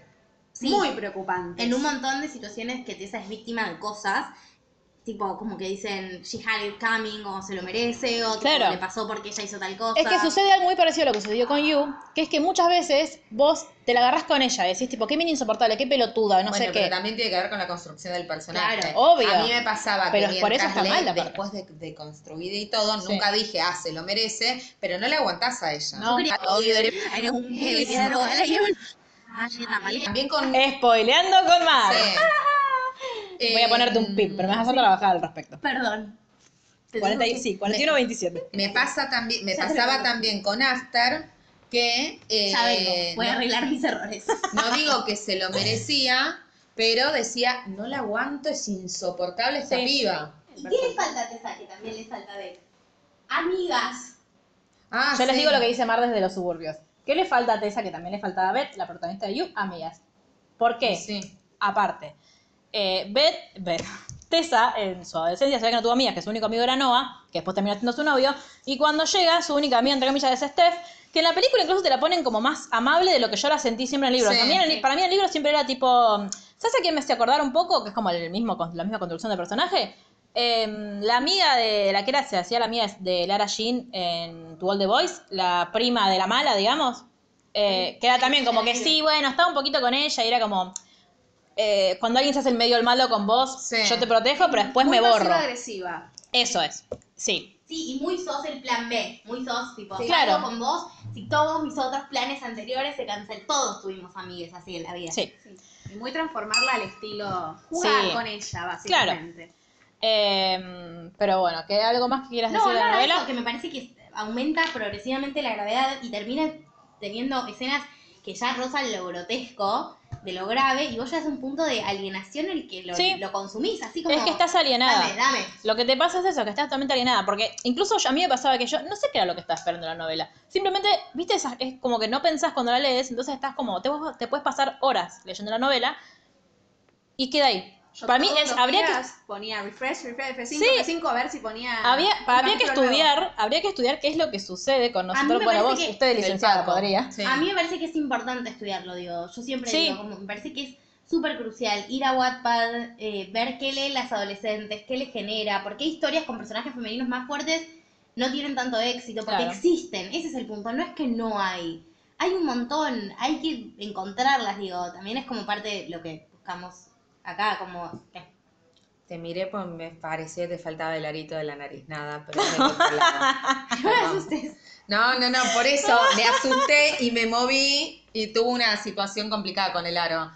S3: Sí.
S4: muy preocupantes.
S3: en un montón de situaciones que Tessa es víctima de cosas, tipo como que dicen, she had it coming, o se lo merece, o tipo,
S1: Claro.
S3: le pasó porque ella hizo tal cosa.
S1: Es que sucede algo muy parecido a lo que sucedió con You, que es que muchas veces vos te la agarrás con ella, decís tipo, qué mina insoportable, qué pelotuda, no
S2: bueno,
S1: sé
S2: pero
S1: qué.
S2: también tiene que ver con la construcción del personaje.
S3: Claro,
S1: obvio.
S2: A mí me pasaba
S1: Pero
S2: que
S1: por eso
S2: mientras
S1: está
S2: le-
S1: mal la parte.
S2: después de, de construida y todo,
S1: Sí.
S2: nunca dije, ah, se lo merece, pero no le aguantás a ella.
S1: No.
S3: Ah,
S2: También con...
S1: Spoileando con Mar.
S2: Sí. eh,
S1: Voy a ponerte un pip, pero me vas a hacer trabajar al respecto.
S3: Perdón. Te
S1: 40 y-
S3: digo
S1: sí, 41-27.
S2: Em, Me pasa también, me
S3: Ya te lo
S2: pasaba
S3: digo.
S2: también con After que
S3: que-
S2: eh,
S3: Ya vengo, voy a
S2: no-
S3: arreglar mis errores.
S2: no digo que se lo merecía, pero decía, no la aguanto, es insoportable esta
S1: Sí.
S2: piba.
S3: ¿Y qué le falta a Tessa que también le falta de amigas?
S2: Ah,
S1: Yo les
S2: sí.
S1: digo lo que dice Mar desde los suburbios. ¿Qué le falta a Tessa, que también le faltaba a Beth, la protagonista de You? Amigas. ¿Por qué?
S2: Sí.
S1: Aparte, eh, Beth, Beth- Tessa en su adolescencia sabía que no tuvo amigas, que su único amigo era Noah, que después terminó siendo su novio, y cuando llega, su única amiga, entre comillas, es Steph, que en la película incluso te la ponen como más amable de lo que yo la sentí siempre en el libro.
S2: Sí,
S1: También en el-
S4: sí.
S1: Para mí el libro siempre era tipo, mm, ¿sabes a quién me hace acordar un poco? Que es como el mismo, con- la misma construcción de personaje. Em, la amiga de la que era, se hacía la amiga de Lara Jean en To All the Boys, la prima de la mala, digamos, eh, que era también como que sí, bueno, estaba un poquito con ella y era como, eh, cuando alguien se hace el medio el malo con vos,
S2: Sí.
S1: yo te protejo, pero después me borro.
S4: agresiva.
S1: Eso es. Sí.
S3: Sí, y muy sos el plan B, muy sos tipo,
S1: Sí.
S3: salgo
S1: Claro.
S3: con vos, si todos mis otros planes anteriores se cancelan, todos tuvimos amigas así en la vida.
S1: Sí.
S4: Y muy transformarla al estilo jugar
S1: Sí.
S4: con ella, básicamente.
S1: Em, pero bueno, ¿qué algo más que quieras
S3: No,
S1: decir
S3: no,
S1: de la
S3: no,
S1: novela?
S3: eso, que me parece que aumenta progresivamente la gravedad y termina teniendo escenas que ya rozan lo grotesco, de lo grave, y vos ya es un punto de alienación en el que lo,
S1: Sí.
S3: lo consumís, así como...
S1: es que estás alienada.
S3: Dame, dame.
S1: Lo que te pasa es eso, que estás totalmente alienada. Porque incluso yo- a mí me pasaba que yo no sé qué era lo que estaba esperando la novela. Simplemente, viste, esas- es como que no pensás cuando la lees, entonces estás como, te, te puedes pasar horas leyendo la novela y queda ahí.
S4: Yo
S1: para mí
S4: todos
S1: es,
S4: los
S1: habría que
S4: días Ponía refresh, refresh, refresh, 5,
S1: Sí.
S4: a ver si ponía...
S3: Ah,
S1: Había,
S4: un
S1: habría que
S4: capítulo nuevo.
S1: estudiar, habría que estudiar qué es lo que sucede con
S3: mí
S1: nosotros.
S3: me
S1: Bueno, vos,
S3: parece que-
S1: usted
S2: Del
S1: licenciada
S2: papo.
S1: podría.
S2: Sí.
S3: A mí me parece que es importante estudiarlo, digo. Yo siempre
S1: Sí.
S3: digo, como, me parece que es súper crucial ir a Wattpad, eh, ver qué leen las adolescentes, qué les genera, porque hay historias con personajes femeninos más fuertes no tienen tanto éxito, porque
S1: Claro.
S3: existen. Ese es el punto, no es que no hay. Hay un montón, hay que eh, encontrarlas, digo. También es como parte de lo que buscamos acá, como que
S2: Te miré porque me parecía que te faltaba el arito de la nariz, nada, pero me controlaba. Perdón. No, no, no, por eso me asusté y me moví y tuve una situación complicada con el aro,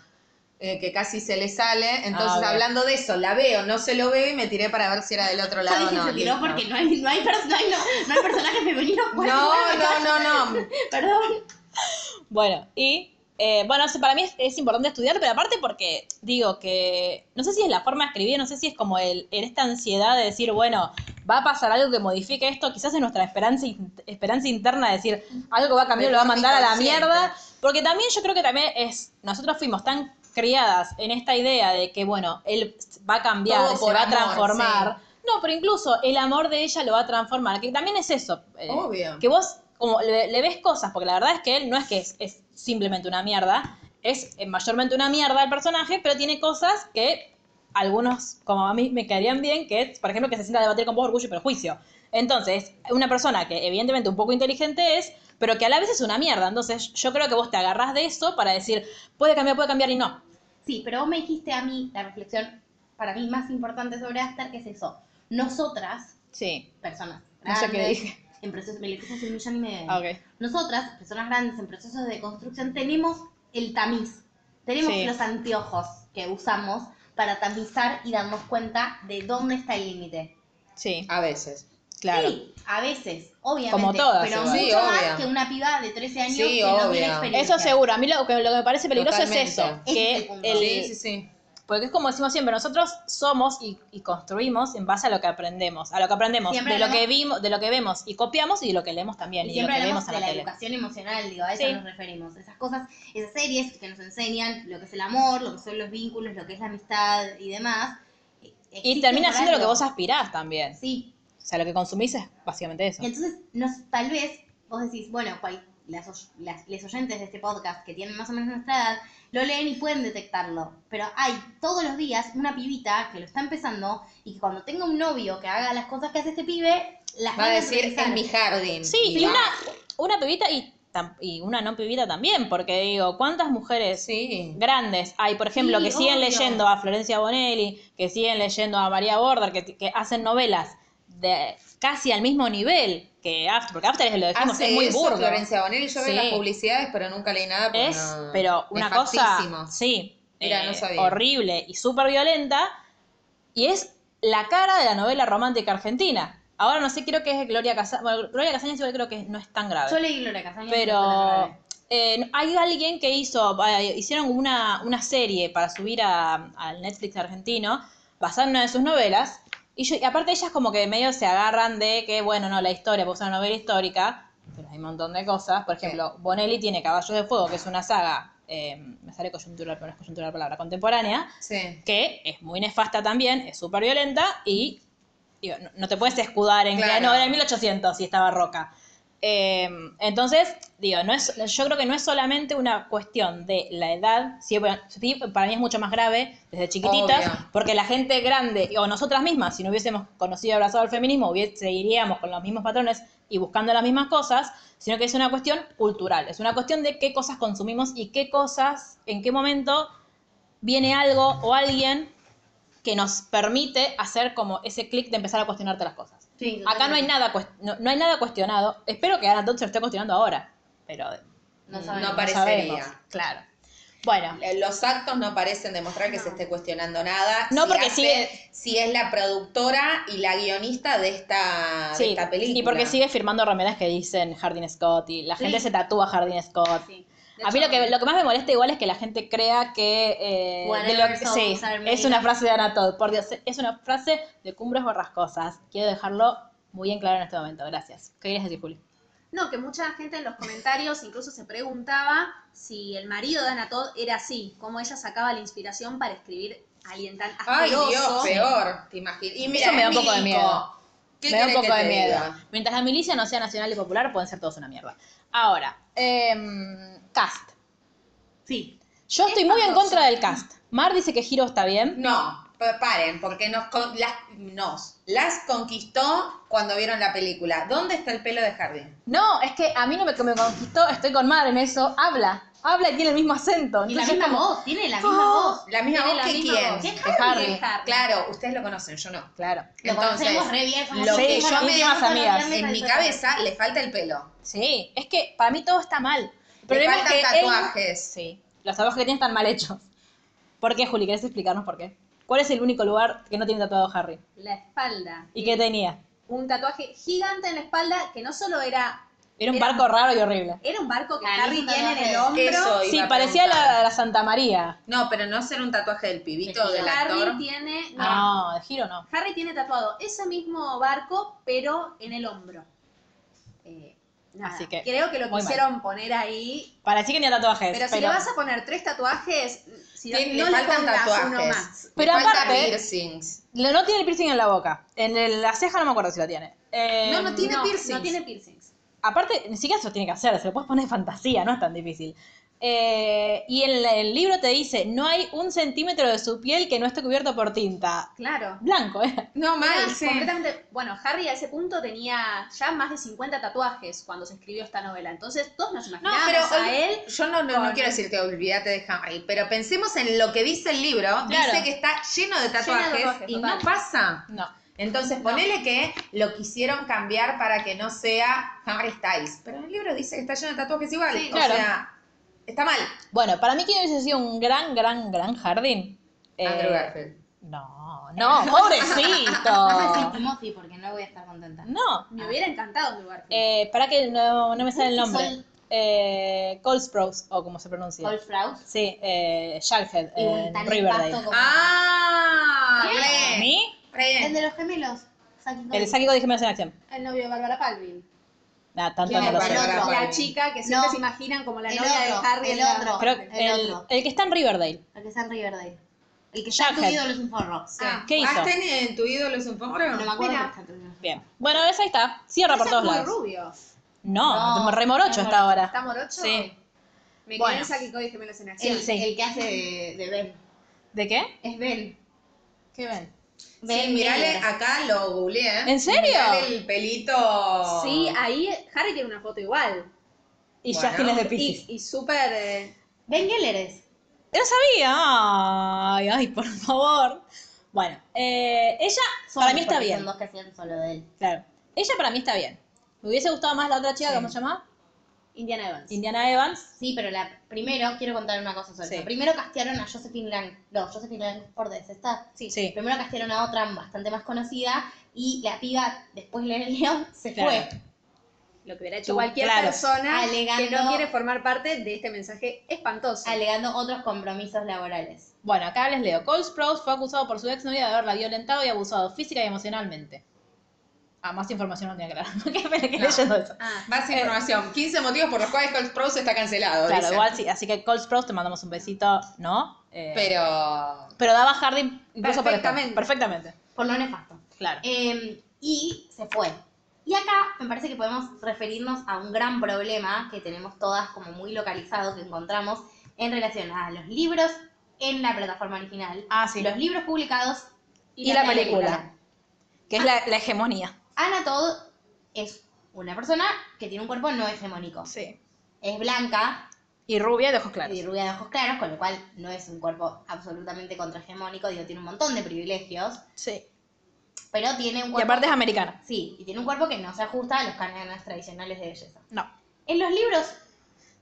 S2: eh, que casi se le sale. Entonces,
S1: Ah, bueno.
S2: hablando de eso, la veo, no se lo veo y me tiré para ver si era del otro
S3: Yo
S2: lado.
S3: dije,
S2: o no,
S3: se tiró
S2: Listo.
S3: porque no hay, no hay, pers- no hay- no- no hay personaje femenino. por
S2: No,
S3: ninguna
S2: no,
S3: razón.
S2: no, no.
S3: Perdón.
S1: Bueno, y eh, bueno, sí, para mí es, es importante estudiar, pero aparte porque digo que no sé si es la forma de escribir, no sé si es como el, en esta ansiedad de decir, bueno, va a pasar algo que modifique esto, quizás es nuestra esperanza, in- esperanza interna de decir, algo que va a cambiar lo va a mandar a la
S2: Inconsciente.
S1: mierda, porque también yo creo que también es, nosotros fuimos tan criadas en esta idea de que, bueno, él va a cambiar,
S2: Todo
S1: se
S2: por
S1: va
S2: amor,
S1: a transformar. No, pero incluso el amor de ella lo va a transformar, que también es eso. eh,
S2: Obvio.
S1: que vos como le, le ves cosas, porque la verdad es que él no es que es, es simplemente una mierda, es eh, mayormente una mierda el personaje, pero tiene cosas que algunos, como a mí, me quedarían bien, que es, por ejemplo, que se sienta a debatir con vos orgullo y prejuicio. Entonces, una persona que evidentemente un poco inteligente es, pero que a la vez es una mierda. Entonces, yo creo que vos te agarrás de eso para decir, puede cambiar, puede cambiar y no.
S3: Sí, pero vos me dijiste a mí la reflexión para mí más importante sobre Aster, que es eso. Nosotras,
S1: Sí.
S3: personas
S1: No sé qué
S3: grandes,
S1: dije.
S3: en procesos, me lo quise hace un millón y medio.
S1: Ah, ok.
S3: Nosotras, personas grandes en procesos de construcción, tenemos el tamiz. Tenemos
S1: Sí.
S3: los anteojos que usamos para tamizar y darnos cuenta de dónde está el límite.
S1: Sí,
S2: A veces.
S1: claro.
S3: Sí, a veces, obviamente.
S1: Como todas,
S3: Pero
S1: igual.
S3: mucho
S2: Sí, obvio.
S3: más que una piba de 13 años
S2: Sí,
S3: que no
S2: obvio.
S3: tiene experiencia.
S1: Eso seguro. A mí lo que, lo que me parece peligroso es eso.
S2: Totalmente.
S1: Que
S3: Este punto.
S1: el,
S2: Sí, sí, sí.
S1: Porque es como decimos siempre, nosotros somos y, y construimos en base a lo que aprendemos, a lo que aprendemos,
S3: Siempre
S1: de lo
S3: hablamos-
S1: que vimos, de lo que vemos y copiamos y de lo que leemos también,
S3: Y
S1: y, de lo
S3: siempre
S1: que
S3: hablamos
S1: vemos
S3: de
S1: en la,
S3: la,
S1: tele.
S3: educación emocional, digo, a eso
S1: Sí.
S3: nos referimos. Esas cosas, esas series que nos enseñan lo que es el amor, lo que son los vínculos, lo que es la amistad y demás.
S1: Y
S3: Existen
S1: termina
S3: por
S1: siendo lo que
S3: algo.
S1: vos aspirás también.
S3: Sí,
S1: O sea, lo que consumís es básicamente eso.
S3: Y Entonces, nos, tal vez vos decís, bueno, cual- las, oy- las- les oyentes de este podcast que tienen más o menos nuestra edad, lo leen y pueden detectarlo. Pero hay todos los días una pibita que lo está empezando y que cuando tenga un novio que haga las cosas que hace este pibe, las
S2: Va a
S3: van
S2: decir
S3: realizar.
S2: en mi jardín.
S1: Sí, y una, una pibita y, tam- y una no pibita también, porque digo, ¿cuántas mujeres
S2: Sí.
S1: grandes hay, por ejemplo,
S3: Sí,
S1: que siguen
S3: obvio.
S1: leyendo a Florencia Bonelli, que siguen leyendo a María Border, que, que hacen novelas de casi al mismo nivel que After, porque After es lo dijimos,
S2: Hace
S1: es muy
S2: eso
S1: burdo.
S2: Florencia Bonelli. Yo veo
S1: Sí.
S2: las publicidades, pero nunca leí nada. porque
S1: es,
S2: pues no-
S1: pero una cosa,
S2: nefastísimo.
S1: sí,
S2: Mira,
S1: eh,
S2: no sabía.
S1: horrible y súper violenta, y es la cara de la novela romántica argentina. Ahora no sé, creo que es Gloria Casaña, bueno, Gloria Casaña igual creo que no es tan grave.
S3: Yo leí Gloria Casaña.
S1: Pero eh, hay alguien que hizo, eh, hicieron una, una serie para subir a- al Netflix argentino basada en una de sus novelas. Y, yo- y aparte ellas como que medio se agarran de que, bueno, no, la historia, pues es una novela histórica, pero hay un montón de cosas. Por ejemplo, Bonelli tiene Caballos de Fuego, que es una saga, eh, me sale coyuntural, pero no es coyuntural la palabra, contemporánea,
S2: Sí.
S1: que es muy nefasta también, es súper violenta y digo, no, no te puedes escudar en que
S2: Claro.
S1: "Ah, no era en 1800 y estaba roca. Eh, entonces, digo, no es, yo creo que no es solamente una cuestión de la edad, sí, bueno, sí, para mí es mucho más grave desde chiquititas,
S2: Obvio.
S1: porque la gente grande, o nosotras mismas, si no hubiésemos conocido y abrazado el feminismo, hubiese- seguiríamos con los mismos patrones y buscando las mismas cosas, sino que es una cuestión cultural, es una cuestión de qué cosas consumimos y qué cosas, en qué momento viene algo o alguien que nos permite hacer como ese clic de empezar a cuestionarte las cosas. Acá no hay nada cuest- no, no hay nada cuestionado. Espero que Aaron Todd se lo esté cuestionando ahora, pero
S3: No
S2: No,
S3: sabemos.
S2: parecería.
S1: sabemos. Claro. Bueno,
S2: Eh, Los actos no parecen demostrar que se esté cuestionando nada.
S1: No,
S2: Si
S1: porque
S2: hace-
S1: sigue-
S2: Si es la productora y la guionista de esta, de
S1: sí,
S2: esta película.
S1: y porque sigue firmando remeras que dicen Jardín Scott y la gente
S3: Sí.
S1: se tatúa Jardín Scott.
S3: Sí.
S1: A mí lo que, lo que más me molesta igual es que la gente crea que... eh, de lo-
S3: Whatever
S1: sí,
S3: songs are made
S1: es una
S3: of-
S1: frase de Ana Todd, por Dios, es una frase de Cumbres Borrascosas. Quiero dejarlo muy en claro en este momento, gracias. ¿Qué querías decir, Juli?
S4: No, que mucha gente en los comentarios incluso se preguntaba si el marido de Ana Todd era así, cómo ella sacaba la inspiración para escribir a alguien tan
S2: Ay,
S4: asqueroso.
S2: Dios, peor. Te imagino. Y mira,
S1: Eso me da
S2: es
S1: un poco de
S2: milico.
S1: miedo.
S2: ¿Qué
S1: Me da un
S2: querés
S1: poco
S2: que
S1: de
S2: te
S1: miedo.
S2: diga?
S1: Mientras la milicia no sea nacional y popular, pueden ser todos una mierda. Ahora, em, cast.
S3: Sí.
S1: Yo estoy muy en contra del cast. Mar dice que Giro está bien.
S2: No, pa- paren, porque nos, con- las, nos las conquistó cuando vieron la película. ¿Dónde está el pelo de Jardín?
S1: No, es que a mí no me, me conquistó, estoy con Mar en eso. Habla. habla y tiene el mismo acento.
S3: Y la
S1: Entonces,
S3: misma
S1: como,
S3: voz, tiene la misma
S1: Oh,
S3: voz.
S2: La misma
S3: Tiene
S2: voz
S3: la
S2: que
S3: misma
S2: quién.
S3: voz.
S2: Que
S3: Que Harry,
S2: Harry.
S3: que Harry.
S2: Claro, ustedes lo conocen, yo no.
S1: Claro.
S3: Lo
S2: Entonces,
S3: conocemos re bien, somos
S2: lo que
S3: íntimas,
S2: yo me-
S3: íntimas,
S1: íntimas
S3: íntimas,
S2: en mi
S3: íntimas.
S2: cabeza le falta el pelo.
S1: Sí, es que para mí todo está mal. El
S2: Le
S1: problema
S2: faltan
S1: es que él-
S2: tatuajes.
S1: Sí, los tatuajes que tiene están mal hechos. ¿Por qué, Juli? ¿Querés explicarnos por qué? ¿Cuál es el único lugar que no tiene tatuado Harry?
S4: La espalda.
S1: ¿Y qué tenía?
S4: Un tatuaje gigante en la espalda que no solo era,
S1: Era un
S4: Era-
S1: barco raro y horrible.
S4: era un barco que
S3: Ah,
S4: Harry
S3: lindo
S4: tiene en el
S3: tatuaje.
S4: hombro.
S2: Eso
S1: Sí,
S2: iba a
S1: parecía
S2: preguntar.
S1: la, la Santa María.
S2: No, pero no ser un tatuaje del pibito,
S3: Sí,
S2: del actor. Ah.
S4: Harry tiene, no,
S1: No, de giro no.
S4: Harry tiene tatuado ese mismo barco, pero en el hombro. Eh, nada,
S1: Así que,
S4: creo que lo
S1: muy
S4: quisieron poner ahí.
S1: Parecía que tenía tatuajes.
S4: Pero, si le vas a poner tres tatuajes, si no,
S2: Tiene-
S4: no
S2: le
S4: le
S2: faltan
S4: pongas uno más.
S2: tatuajes. Le
S1: Pero
S2: falta
S1: aparte-
S2: piercings.
S1: Le- No tiene el piercing en la boca. En el- la ceja no me acuerdo si lo tiene. Eh,
S2: Em, No, no tiene piercings.
S4: No tiene piercings.
S1: Aparte, ni siquiera se lo tiene que hacer, se lo puedes poner de fantasía, no es tan difícil. Eh, y el, el libro te dice, no hay un centímetro de su piel que no esté cubierto por tinta.
S4: Claro.
S1: Blanco, ¿eh?
S2: No,
S4: Era
S2: mal, sí.
S4: completamente- bueno, Harry a ese punto tenía ya más de 50 tatuajes cuando se escribió esta novela. Entonces todos nos
S2: No,
S4: imaginamos
S2: pero
S4: a
S2: ol-
S4: él.
S2: yo no, no, no
S4: con-
S2: quiero decirte olvídate de Harry, pero pensemos en lo que dice el libro.
S1: Claro.
S2: Dice que está lleno de tatuajes,
S4: tatuajes,
S2: y
S4: total.
S2: no pasa.
S1: No.
S2: Entonces ponele que lo quisieron cambiar para que no sea Harry Styles, pero en el libro dice que está lleno de tatuajes igual.
S4: Sí,
S2: o
S1: claro.
S2: sea, está mal.
S1: Bueno, para mí, ¿quién hubiese sido un gran, gran, gran jardín? Eh,
S2: Andrew Garfield.
S1: No, no,
S3: No sé si
S1: pobrecito.
S3: Timothy, porque no voy a estar contenta.
S1: No.
S4: Me hubiera encantado un lugar.
S1: Eh, para que no, no me sale el nombre.
S3: Sol-
S1: Eh, Cole Sprouse, o como se pronuncia.
S3: Paul Fraus.
S1: Sí, eh, Jughead,
S3: y
S1: en
S3: un tal
S1: Riverdale.
S3: nefasto como-
S2: Ah,
S3: ¿Qué?
S1: ¿A
S2: re,
S1: mí?
S2: re.
S3: El de los gemelos. Saki Cody.
S1: El saque de gemelos en acción.
S4: El novio de Bárbara Palvin.
S1: Nah, tanto
S2: ¿Quién
S1: no
S2: es
S1: lo sé.
S3: Bárbara
S2: Bárbara
S3: otro.
S2: Palvin?
S4: La chica que siempre
S3: No.
S4: se imaginan como la
S3: El
S4: novia de
S3: otro,
S4: Harry.
S3: el
S4: en la-
S3: otro.
S1: Pero
S3: El
S1: el,
S3: otro.
S1: el que está en Riverdale.
S3: El que está en Riverdale. El que está en tu
S1: Jughead.
S3: ídolo es un forro. Sí.
S2: Ah,
S1: ¿Qué hizo?
S2: ¿Has tenido tu ídolo es un poco?
S3: No me acuerdo.
S4: Mira.
S3: que está en tu ídolo.
S1: Bien. Bueno, esa ahí está. Cierra
S4: Ese
S1: por
S4: es
S1: todos
S4: muy
S1: lados.
S4: rubio.
S1: No,
S3: No,
S1: remorocho
S3: está
S1: hasta ahora.
S4: ¿Está morocho?
S1: Sí.
S4: Me
S1: Bueno.
S4: bueno. quedé en Saki Cody Gemelos en acción.
S3: El, el que hace de, de Ben.
S1: ¿De qué?
S3: Es Ben.
S1: ¿Qué ven?
S3: Ben
S2: Sí, mirale,
S3: negro.
S2: acá lo googleé. ¿eh?
S1: ¿En serio? ah,
S2: Mirale el pelito.
S4: Sí, ahí Harry tiene una foto igual.
S1: Y
S2: Bueno.
S1: Justin es de Pisces.
S4: Y, y súper... eh,
S3: Ben Geller es.
S1: No sabía. Ay, ay, por favor. Bueno, eh, ella para
S3: Son,
S1: mí está
S3: porque
S1: bien.
S3: Son dos que hacían solo de él.
S1: Claro. Ella para mí está bien. Me hubiese gustado más la otra chica, ¿cómo se llama?
S3: Indiana Evans.
S1: Indiana Evans.
S3: Sí, pero la primero, quiero contar una cosa sobre
S1: Sí.
S3: eso. Primero castearon a Josephine Lang. No, Josephine Lang por está. Sí.
S1: Sí.
S3: Primero castearon a otra bastante más conocida y la piba, después de leer el guión, se
S1: Claro.
S3: fue.
S4: lo que hubiera hecho
S1: Tú,
S4: cualquier
S1: claro.
S4: persona
S3: Alegando-
S4: que no quiere formar parte de este mensaje espantoso.
S3: alegando otros compromisos laborales.
S1: Bueno, acá les leo. Cole Sprouse fue acusado por su exnovia de haberla violentado y abusado física y emocionalmente. Ah, más información no tenía clara. ¿Qué me quedé
S2: No.
S1: leyendo eso?
S4: Ah,
S2: Más información. 15 motivos por los cuales Cold Pros está cancelado.
S1: eh, Claro,
S2: dice.
S1: igual sí. Así que Cole Sprouse te mandamos un besito, ¿no? Eh,
S2: Pero.
S1: pero daba Harding incluso por esto.
S4: Perfectamente.
S1: Perfectamente.
S3: Por lo nefasto.
S1: Claro.
S3: Eh, y se fue. Y acá me parece que podemos referirnos a un gran problema que tenemos todas como muy localizado, que encontramos en relación a los libros en la plataforma original,
S1: Ah, sí.
S3: los libros publicados
S1: Y la película. Que es la, la hegemonía.
S3: Ana Todd es una persona que tiene un cuerpo no hegemónico.
S1: Sí.
S3: Es blanca
S1: Y rubia y de ojos claros.
S3: y rubia de ojos claros, con lo cual no es un cuerpo absolutamente contrahegemónico, digo, tiene un montón de privilegios,
S1: Sí.
S3: pero tiene un
S1: Y
S3: cuerpo...
S1: aparte es americana.
S3: Sí, y tiene un cuerpo que no se ajusta a los cánones tradicionales de belleza.
S1: No.
S3: En los libros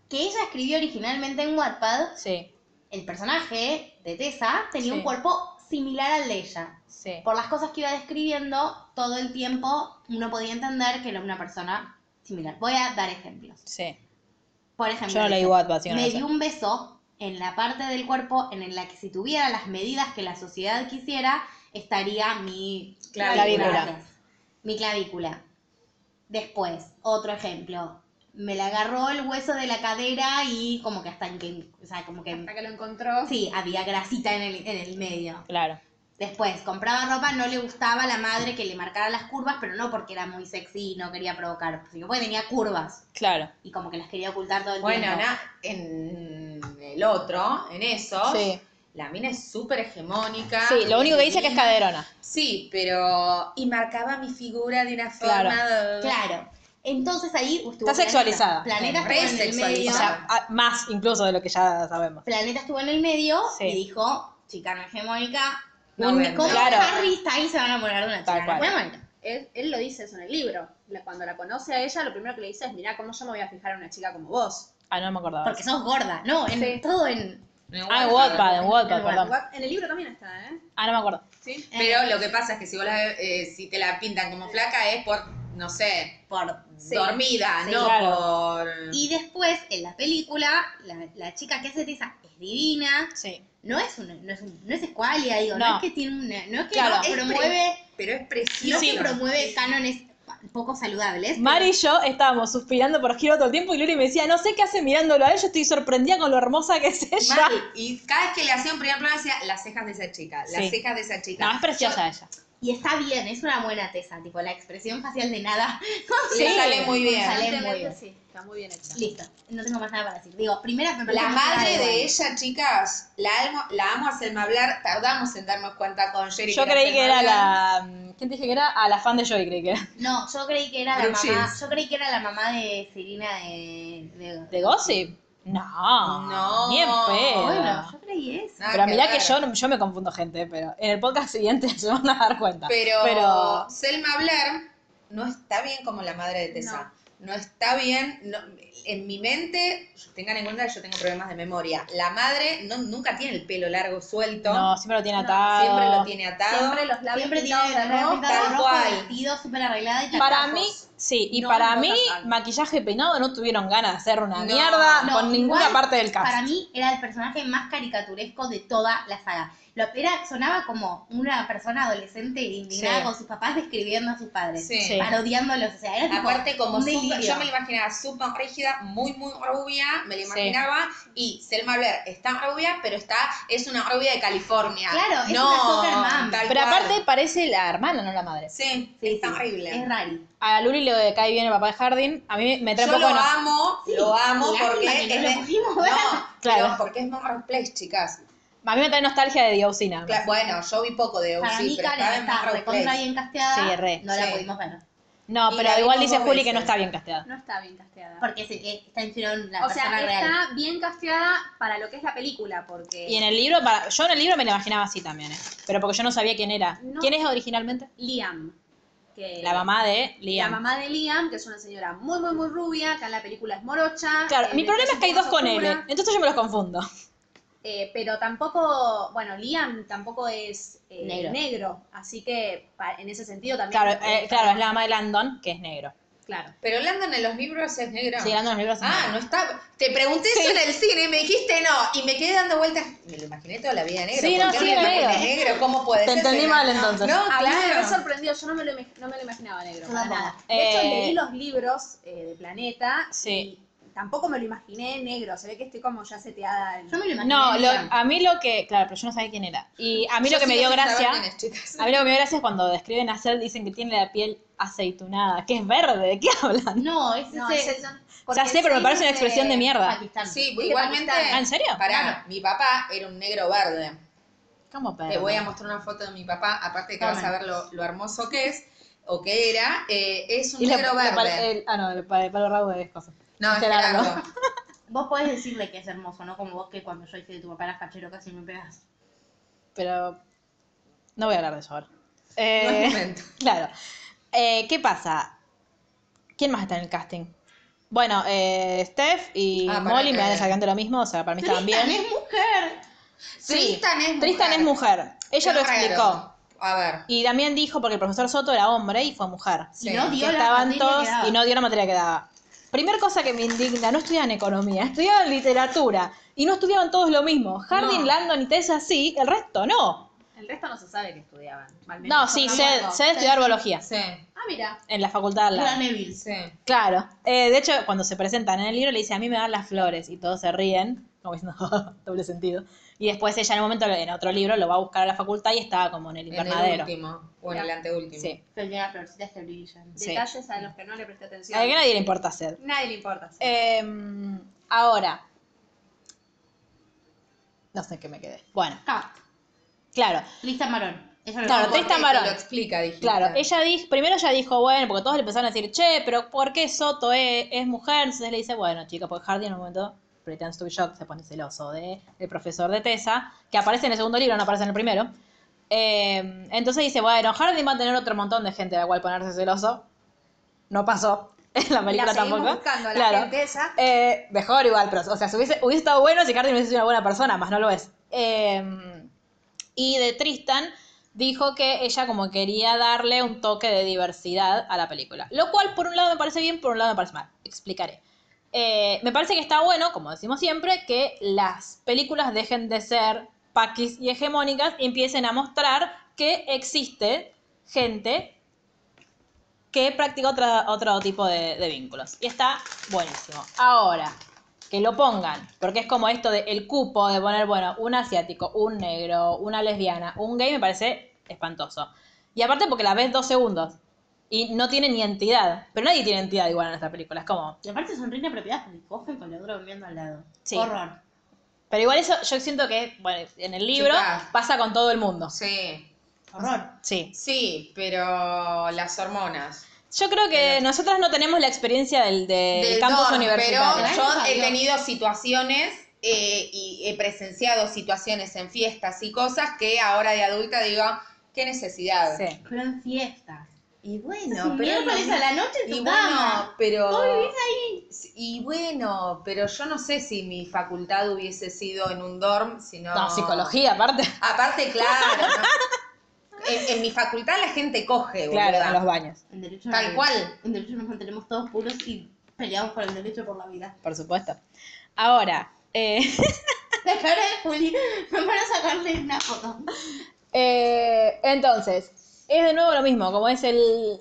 S3: que ella escribió originalmente en Wattpad,
S1: Sí.
S3: el personaje de Tessa tenía
S1: Sí.
S3: un cuerpo similar al de ella.
S1: Sí.
S3: Por las cosas que iba describiendo, todo el tiempo uno podía entender que era una persona similar. Voy a dar ejemplos.
S1: Sí.
S3: Por ejemplo,
S1: Yo no leí
S3: dice,
S1: Wattpad, así que no
S3: me
S1: lo sé.
S3: dio un beso en la parte del cuerpo en la que si tuviera las medidas que la sociedad quisiera, estaría mi
S1: Clavícula.
S3: Gracias. Mi clavícula. Después, otro ejemplo. Me la agarró el hueso de la cadera y como que hasta en que, o sea, como que
S4: hasta que lo encontró.
S3: sí, había grasita en el, en el medio.
S1: Claro.
S3: Después, compraba ropa, no le gustaba la madre que le marcara las curvas, pero no porque era muy sexy y no quería provocar, sino porque pues, tenía curvas
S1: Claro.
S3: y como que las quería ocultar todo el
S2: Bueno,
S3: tiempo.
S2: na- en el otro, en eso,
S1: Sí.
S2: la mina es súper hegemónica.
S1: Sí, lo único que dice es que es caderona.
S2: Sí, pero. Y marcaba mi figura de una forma.
S3: Claro. Entonces ahí estuvo
S1: Está sexualizada.
S3: Planeta
S2: Re
S3: estuvo en el medio.
S1: O sea, a- más incluso de lo que ya sabemos.
S3: Planeta estuvo en el medio
S1: Sí.
S3: y dijo, chicana hegemónica,
S2: No
S3: un-
S2: vende.
S3: ¿cómo
S1: Claro.
S3: Harry Styles se va a enamorar de una
S1: Tal
S3: chicana
S1: cual.
S3: hegemónica?
S4: Él, él lo dice eso en el libro. La- Cuando la conoce a ella, lo primero que le dice es, mirá, cómo yo me voy a fijar en una chica como vos.
S1: Ah, no me acordaba.
S3: Porque sos gorda, ¿no? En,
S4: Sí.
S3: Todo en...
S1: Ah, en Wattpad, en Wattpad,
S3: En
S1: perdón.
S4: En el libro también está, ¿eh?
S1: Ah, no me acuerdo.
S4: Sí.
S2: Pero lo que pasa es que si vos la- eh, si te la pintan como flaca es por, no sé, por
S4: Sí.
S2: dormida,
S3: Sí,
S2: no
S1: claro.
S2: por...
S3: Y después, en la película, la, la chica que hace Tessa es divina,
S1: Sí.
S3: no es una, no es, un- no es escualia, digo, no.
S1: No.
S3: es que tiene una, no es que
S1: Claro.
S3: no
S2: Es pre-
S3: promueve,
S2: Pero es
S3: no
S2: precioso.
S3: es que promueve cánones pa- poco saludables. pero-
S1: Mari y yo estábamos suspirando por giro todo el tiempo y Luli me decía, no sé qué hace mirándolo a él, yo estoy sorprendida con lo hermosa que es ella.
S2: Mal. Y cada vez que le hacía un primer plano decía, las cejas de esa chica, las
S1: Sí.
S2: cejas de esa chica.
S1: No, es preciosa ella.
S3: Y está bien, es una buena tesa, tipo la expresión facial de nada.
S2: Le sale muy bien.
S3: Sale muy bien.
S4: Sí, está muy bien hecha.
S3: Listo, no tengo más nada para decir. Digo, primera me parece
S2: La
S3: que
S2: madre
S3: era
S2: de
S3: igual.
S2: ella, chicas, la amo, la amo a Selma Blair. Tardamos en darnos cuenta con Jerry.
S1: Yo creí que
S2: Selma
S1: era
S2: Blair.
S1: la... mm, ¿Quién te dije que era? A la fan de Joy creí que era.
S3: No, yo creí que era la
S2: Brooke
S3: mamá.
S2: Shields.
S3: Yo creí que era la mamá de Serena de. de-
S1: ¿De Gossip? No.
S2: No.
S1: Ni en pedo.
S3: Bueno, yo creí eso.
S2: Nada
S1: pero mirá
S2: ver.
S1: que yo, yo me confundo gente, pero en el podcast siguiente se van a dar cuenta.
S2: Pero,
S1: Pero-
S2: Selma Blair no está bien como la madre de Tessa. No, está bien. no- en mi mente, tengan en cuenta que yo tengo problemas de memoria. La madre no, nunca tiene el pelo largo suelto.
S1: No, siempre lo tiene
S4: No,
S1: atado.
S2: siempre lo tiene atado.
S4: Siempre los labios
S3: Siempre tiene
S4: pintados de
S3: el
S4: rojo.
S3: rojo,
S2: tal
S3: rojo
S2: cual.
S3: vestido súper arreglada y
S1: Para
S3: tacazos.
S1: mí, sí, y
S4: No
S1: para
S4: botas
S1: mí,
S4: altas.
S1: maquillaje y peinado no tuvieron ganas de hacer una
S2: No,
S1: mierda
S3: no,
S1: con ninguna
S3: igual,
S1: parte del cast.
S3: Para mí era el personaje más caricaturesco de toda la saga. Lo, era, sonaba como una persona adolescente indignada
S1: Sí.
S3: con sus papás describiendo a sus padres.
S2: Sí.
S1: Sí.
S3: Parodiándolos. O sea, era tipo
S2: Aparte, como
S3: un
S2: súper-
S3: delirio.
S2: yo me la imaginaba súper rígida, muy, muy rubia, me la imaginaba. Y Selma Blair está rubia, pero está es una rubia de California.
S3: Claro, es
S2: No,
S3: una soccer mom.
S2: tal
S1: Pero
S2: cual.
S1: aparte parece la hermana, no la madre.
S2: Sí,
S3: Sí,
S2: está
S3: sí,
S2: horrible.
S3: Es raro.
S1: A Luli le cae bien el papá de Hardin, a mí me trae
S2: Yo
S1: un
S2: lo
S1: poco... de no-
S2: amo, lo amo porque
S3: lástima que no
S2: es
S3: lo
S2: de-
S3: pudimos ver.
S2: No,
S1: Claro.
S2: pero porque es Monroe Place, chicas.
S1: A mí me trae nostalgia de Diosina.
S2: Cla- bueno, yo vi poco de
S3: Para
S2: OC,
S3: mí,
S2: pero estaba
S3: Karen
S2: en
S3: está
S2: Monroe
S3: recontra
S2: Place.
S3: bien casteada.
S1: Sí, re.
S3: No la
S2: Sí.
S3: pudimos ver.
S1: No,
S2: Y
S1: pero
S2: la vi
S1: igual
S2: como
S1: dice
S2: dos
S1: Juli que
S2: veces.
S1: no está bien casteada.
S4: No está bien casteada.
S3: Porque se- eh, está inspirado en la
S4: o sea,
S3: persona
S4: está
S3: real.
S4: bien casteada para lo que es la película, porque
S1: Y en el libro, para, yo en el libro me la imaginaba así también, ¿eh? pero porque yo no sabía quién era.
S4: No.
S1: ¿Quién es originalmente?
S4: Liam,
S2: Eh,
S4: que
S1: La mamá de
S4: la
S1: Liam.
S4: mamá de Liam, que es una señora muy, muy, muy rubia, acá en la película es morocha.
S1: Claro,
S4: eh,
S1: mi
S4: de
S1: problema
S4: tez
S1: es que hay
S4: un
S1: dos
S4: poco
S1: con L,
S4: oscura,
S1: entonces yo me los confundo.
S4: eh, pero tampoco, bueno, Liam tampoco es eh,
S3: Negro.
S4: negro. así que pa- en ese sentido también.
S1: Claro, eh, claro, es la mamá de Landon, que es negro.
S4: Claro.
S2: Pero Landon en los libros es negro.
S1: Sí, Landon en los libros es
S2: Ah,
S1: negro.
S2: no está. Te pregunté eso en el cine y me dijiste no. Y me quedé dando vueltas. Me lo imaginé toda la vida negro.
S1: Sí,
S2: ¿Por
S1: no,
S2: qué
S1: sí,
S2: me lo
S1: negro.
S2: imaginé negro? ¿Cómo puede
S1: Te
S2: ser?
S1: entendí
S2: Pero-
S1: mal, entonces. Ah,
S2: No,
S4: A mí me
S2: claro.
S4: re sorprendió, yo no me lo, imag- no me lo imaginaba negro.
S3: Yo
S4: para
S3: tampoco.
S4: nada. De hecho,
S1: Eh,
S4: leí los libros eh, de Planeta
S1: Sí.
S4: y tampoco me lo imaginé negro. Se ve que estoy como ya seteada. en-
S3: Yo me lo imaginé.
S1: No,
S3: en
S1: lo- ah.
S3: Liam.
S1: a mí lo que, claro, pero yo no sabía quién era. Y a mí
S2: Yo
S1: lo que me
S2: sigo
S1: dio
S2: sin saber
S1: gracia,
S2: quién es, chicas.
S1: a mí lo que me dio gracia es cuando describen a Cell, dicen que tiene la piel aceitunada, que es verde, ¿de qué
S2: Eh.
S1: hablan?
S3: No, es
S4: No,
S3: ese.
S4: es-
S1: Ya sé, pero me
S4: sí,
S1: parece una
S4: es de-
S1: expresión de mierda.
S3: Pakistán.
S2: Sí,
S4: de
S2: igualmente.
S4: Pakistán.
S1: Ah, ¿En serio?
S2: Pará, mi papá era un negro verde.
S1: ¿Cómo
S2: Te
S1: perro?
S2: voy a mostrar una foto de mi papá, aparte que
S1: Dame.
S2: vas a ver lo, lo hermoso que es, o que era, eh, es un
S1: Y la-
S2: negro
S1: la pal-
S2: verde.
S1: el- ah, no, el, pa- el palo rabo es cosa.
S2: no, es
S1: Gerardo.
S2: Gerardo.
S3: Vos podés decirle que es hermoso, ¿no? Como vos que cuando yo hice de tu papá era fachero casi me pegas.
S1: Pero no voy a hablar de eso ahora.
S2: No
S1: Eh,
S2: es momento.
S1: Claro. Eh, ¿Qué pasa? ¿Quién más está en el casting? Bueno, eh, Steph y
S2: Ah, para
S1: Molly
S2: que-
S1: me dan exactamente lo mismo, o sea, para mí estaban bien.
S3: es mujer!
S1: Sí,
S2: Tristan es
S1: Tristan
S2: mujer.
S1: es mujer. Ella
S2: Qué
S1: lo
S2: raro.
S1: explicó.
S2: A ver.
S1: Y también dijo, porque el profesor Soto era hombre y fue mujer.
S2: Sí.
S3: y no
S1: Que
S3: dio la
S1: estaban
S3: materia
S1: todos
S3: que daba.
S1: y no dio la materia que daba. Primer cosa que me indigna, no estudiaban economía, estudiaban literatura. Y no estudiaban todos lo mismo. Harding,
S4: No.
S1: Landon y Tessa sí, el resto no.
S4: El resto no se sabe que estudiaban. Al menos
S1: No, sí,
S4: yo
S1: sé,
S4: tampoco.
S1: sé estudiar biología
S2: Sí,
S4: Ah, mira.
S1: en la facultad de al lado.
S3: Era Neville.
S2: sí.
S1: Claro. Eh, de hecho, cuando se presentan en el libro, le dice, a mí me dan las flores. Y todos se ríen, como diciendo, doble sentido. Y después ella en un momento, en otro libro, lo va a buscar a la facultad y estaba como en el
S2: En el
S1: invernadero.
S2: último, o en el anteúltimo.
S1: sí.
S3: Pero tiene las florcitas que brillan.
S1: Sí.
S4: Detalles a los que no le presté atención.
S1: A que nadie le importa ser.
S4: Nadie le importa.
S1: Em, ahora. No sé en qué me quedé. Bueno,
S3: Ah,
S1: claro.
S3: Tristan Marón. Ella lo
S1: Claro,
S3: dijo
S1: Tristan
S3: por-
S1: Barón.
S2: Lo explica, dijiste.
S1: Claro, ella dijo, primero ella dijo, bueno, porque todos le empezaron a decir, che, pero ¿por qué Soto es, es mujer? Entonces le dice, bueno, chica, porque Hardy en un momento pretends to be shocked, se pone celoso de el profesor de Tessa, que aparece en el segundo libro, no aparece en el primero. Eh, entonces dice, bueno, Hardy va a tener otro montón de gente a la cual ponerse celoso. No pasó en la película
S4: la seguimos
S1: tampoco.
S4: buscando a la
S1: Claro.
S4: gente esa.
S1: Eh, mejor igual, pero, o sea, si hubiese, hubiese estado bueno si Cardi hubiese sido una buena persona, más no lo es. Eh, y de Tristan dijo que ella como quería darle un toque de diversidad a la película. Lo cual, por un lado, me parece bien, por un lado me parece mal. Explicaré. Eh, me parece que está bueno, como decimos siempre, que las películas dejen de ser paquis y hegemónicas y empiecen a mostrar que existe gente que practica otra- otro tipo de, de vínculos. Y está buenísimo. Ahora, que lo pongan, porque es como esto del el cupo de poner, bueno, un asiático, un negro, una lesbiana, un gay, me parece espantoso. Y aparte porque la ves dos segundos y no tiene ni entidad. Pero nadie tiene entidad igual en esta película, es como...
S3: Y aparte son reinas propiedad porque cogen con la otra durmiendo al lado.
S1: Sí.
S3: Horror.
S1: Pero igual eso yo siento que, bueno, en el libro
S2: Chica.
S1: pasa con todo el mundo.
S2: Sí.
S3: Horror.
S1: Sí.
S2: Sí, pero las hormonas.
S1: Yo creo que nosotras no tenemos la experiencia del, del
S2: Eh, Del
S1: campus
S2: dorm,
S1: universitario.
S2: Pero
S3: Ay,
S2: yo
S3: no
S2: he
S3: sabía.
S2: tenido situaciones eh, y he presenciado situaciones en fiestas y cosas que ahora de adulta digo, qué necesidad.
S1: Sí.
S3: Pero en fiestas. Y bueno,
S2: pero-
S3: miércoles a la noche en tu
S2: Y bueno,
S3: cama.
S2: pero.
S3: Vos vivís
S2: Y bueno, pero yo no sé si mi facultad hubiese sido en un dorm, sino.
S1: No, psicología aparte.
S2: Aparte, claro. ¿no? en, en mi facultad la gente coge,
S1: Claro,
S2: boluda.
S1: en los baños,
S3: En derecho
S2: Tal
S3: no-
S2: cual.
S3: En derecho nos mantenemos todos puros y peleamos por el derecho por la vida.
S1: por supuesto. Ahora, eh,
S3: La cara de Juli, me van a sacarle una foto.
S1: eh, entonces, es de nuevo lo mismo, como es el,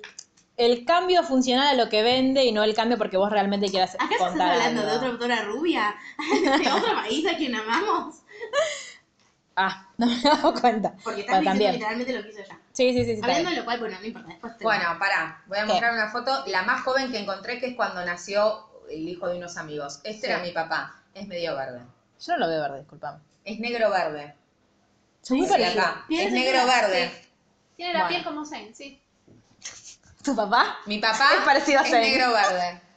S1: el cambio funcional a lo que vende y no el cambio porque vos realmente quieras
S3: ¿Acaso estás
S1: contar
S3: hablando de
S1: algo.
S3: otra autora rubia? ¿De otro país a quien amamos?
S1: Ah, no me he dado cuenta.
S3: Porque
S1: Bueno,
S3: estás diciendo
S1: también.
S3: literalmente lo que hizo ella.
S1: Sí, sí, sí. sí,
S3: Hablando
S1: también.
S3: de lo cual, bueno, no importa, después te
S2: Bueno, pará, voy a
S1: ¿Qué?
S2: mostrar una foto, la más joven que encontré, que es cuando nació el hijo de unos amigos. Este era mi papá, es medio verde.
S1: Yo no lo veo verde, disculpame.
S2: Es negro verde.
S1: Son muy
S2: Dice
S1: parecidos.
S2: acá,
S3: Tiene
S2: Es
S3: sentido,
S2: negro verde.
S4: Tiene la
S1: Bueno.
S4: piel como Zayn, sí.
S1: ¿Tu papá?
S2: Mi papá
S1: Es parecido a
S2: es
S1: Zayn.
S2: negro verde.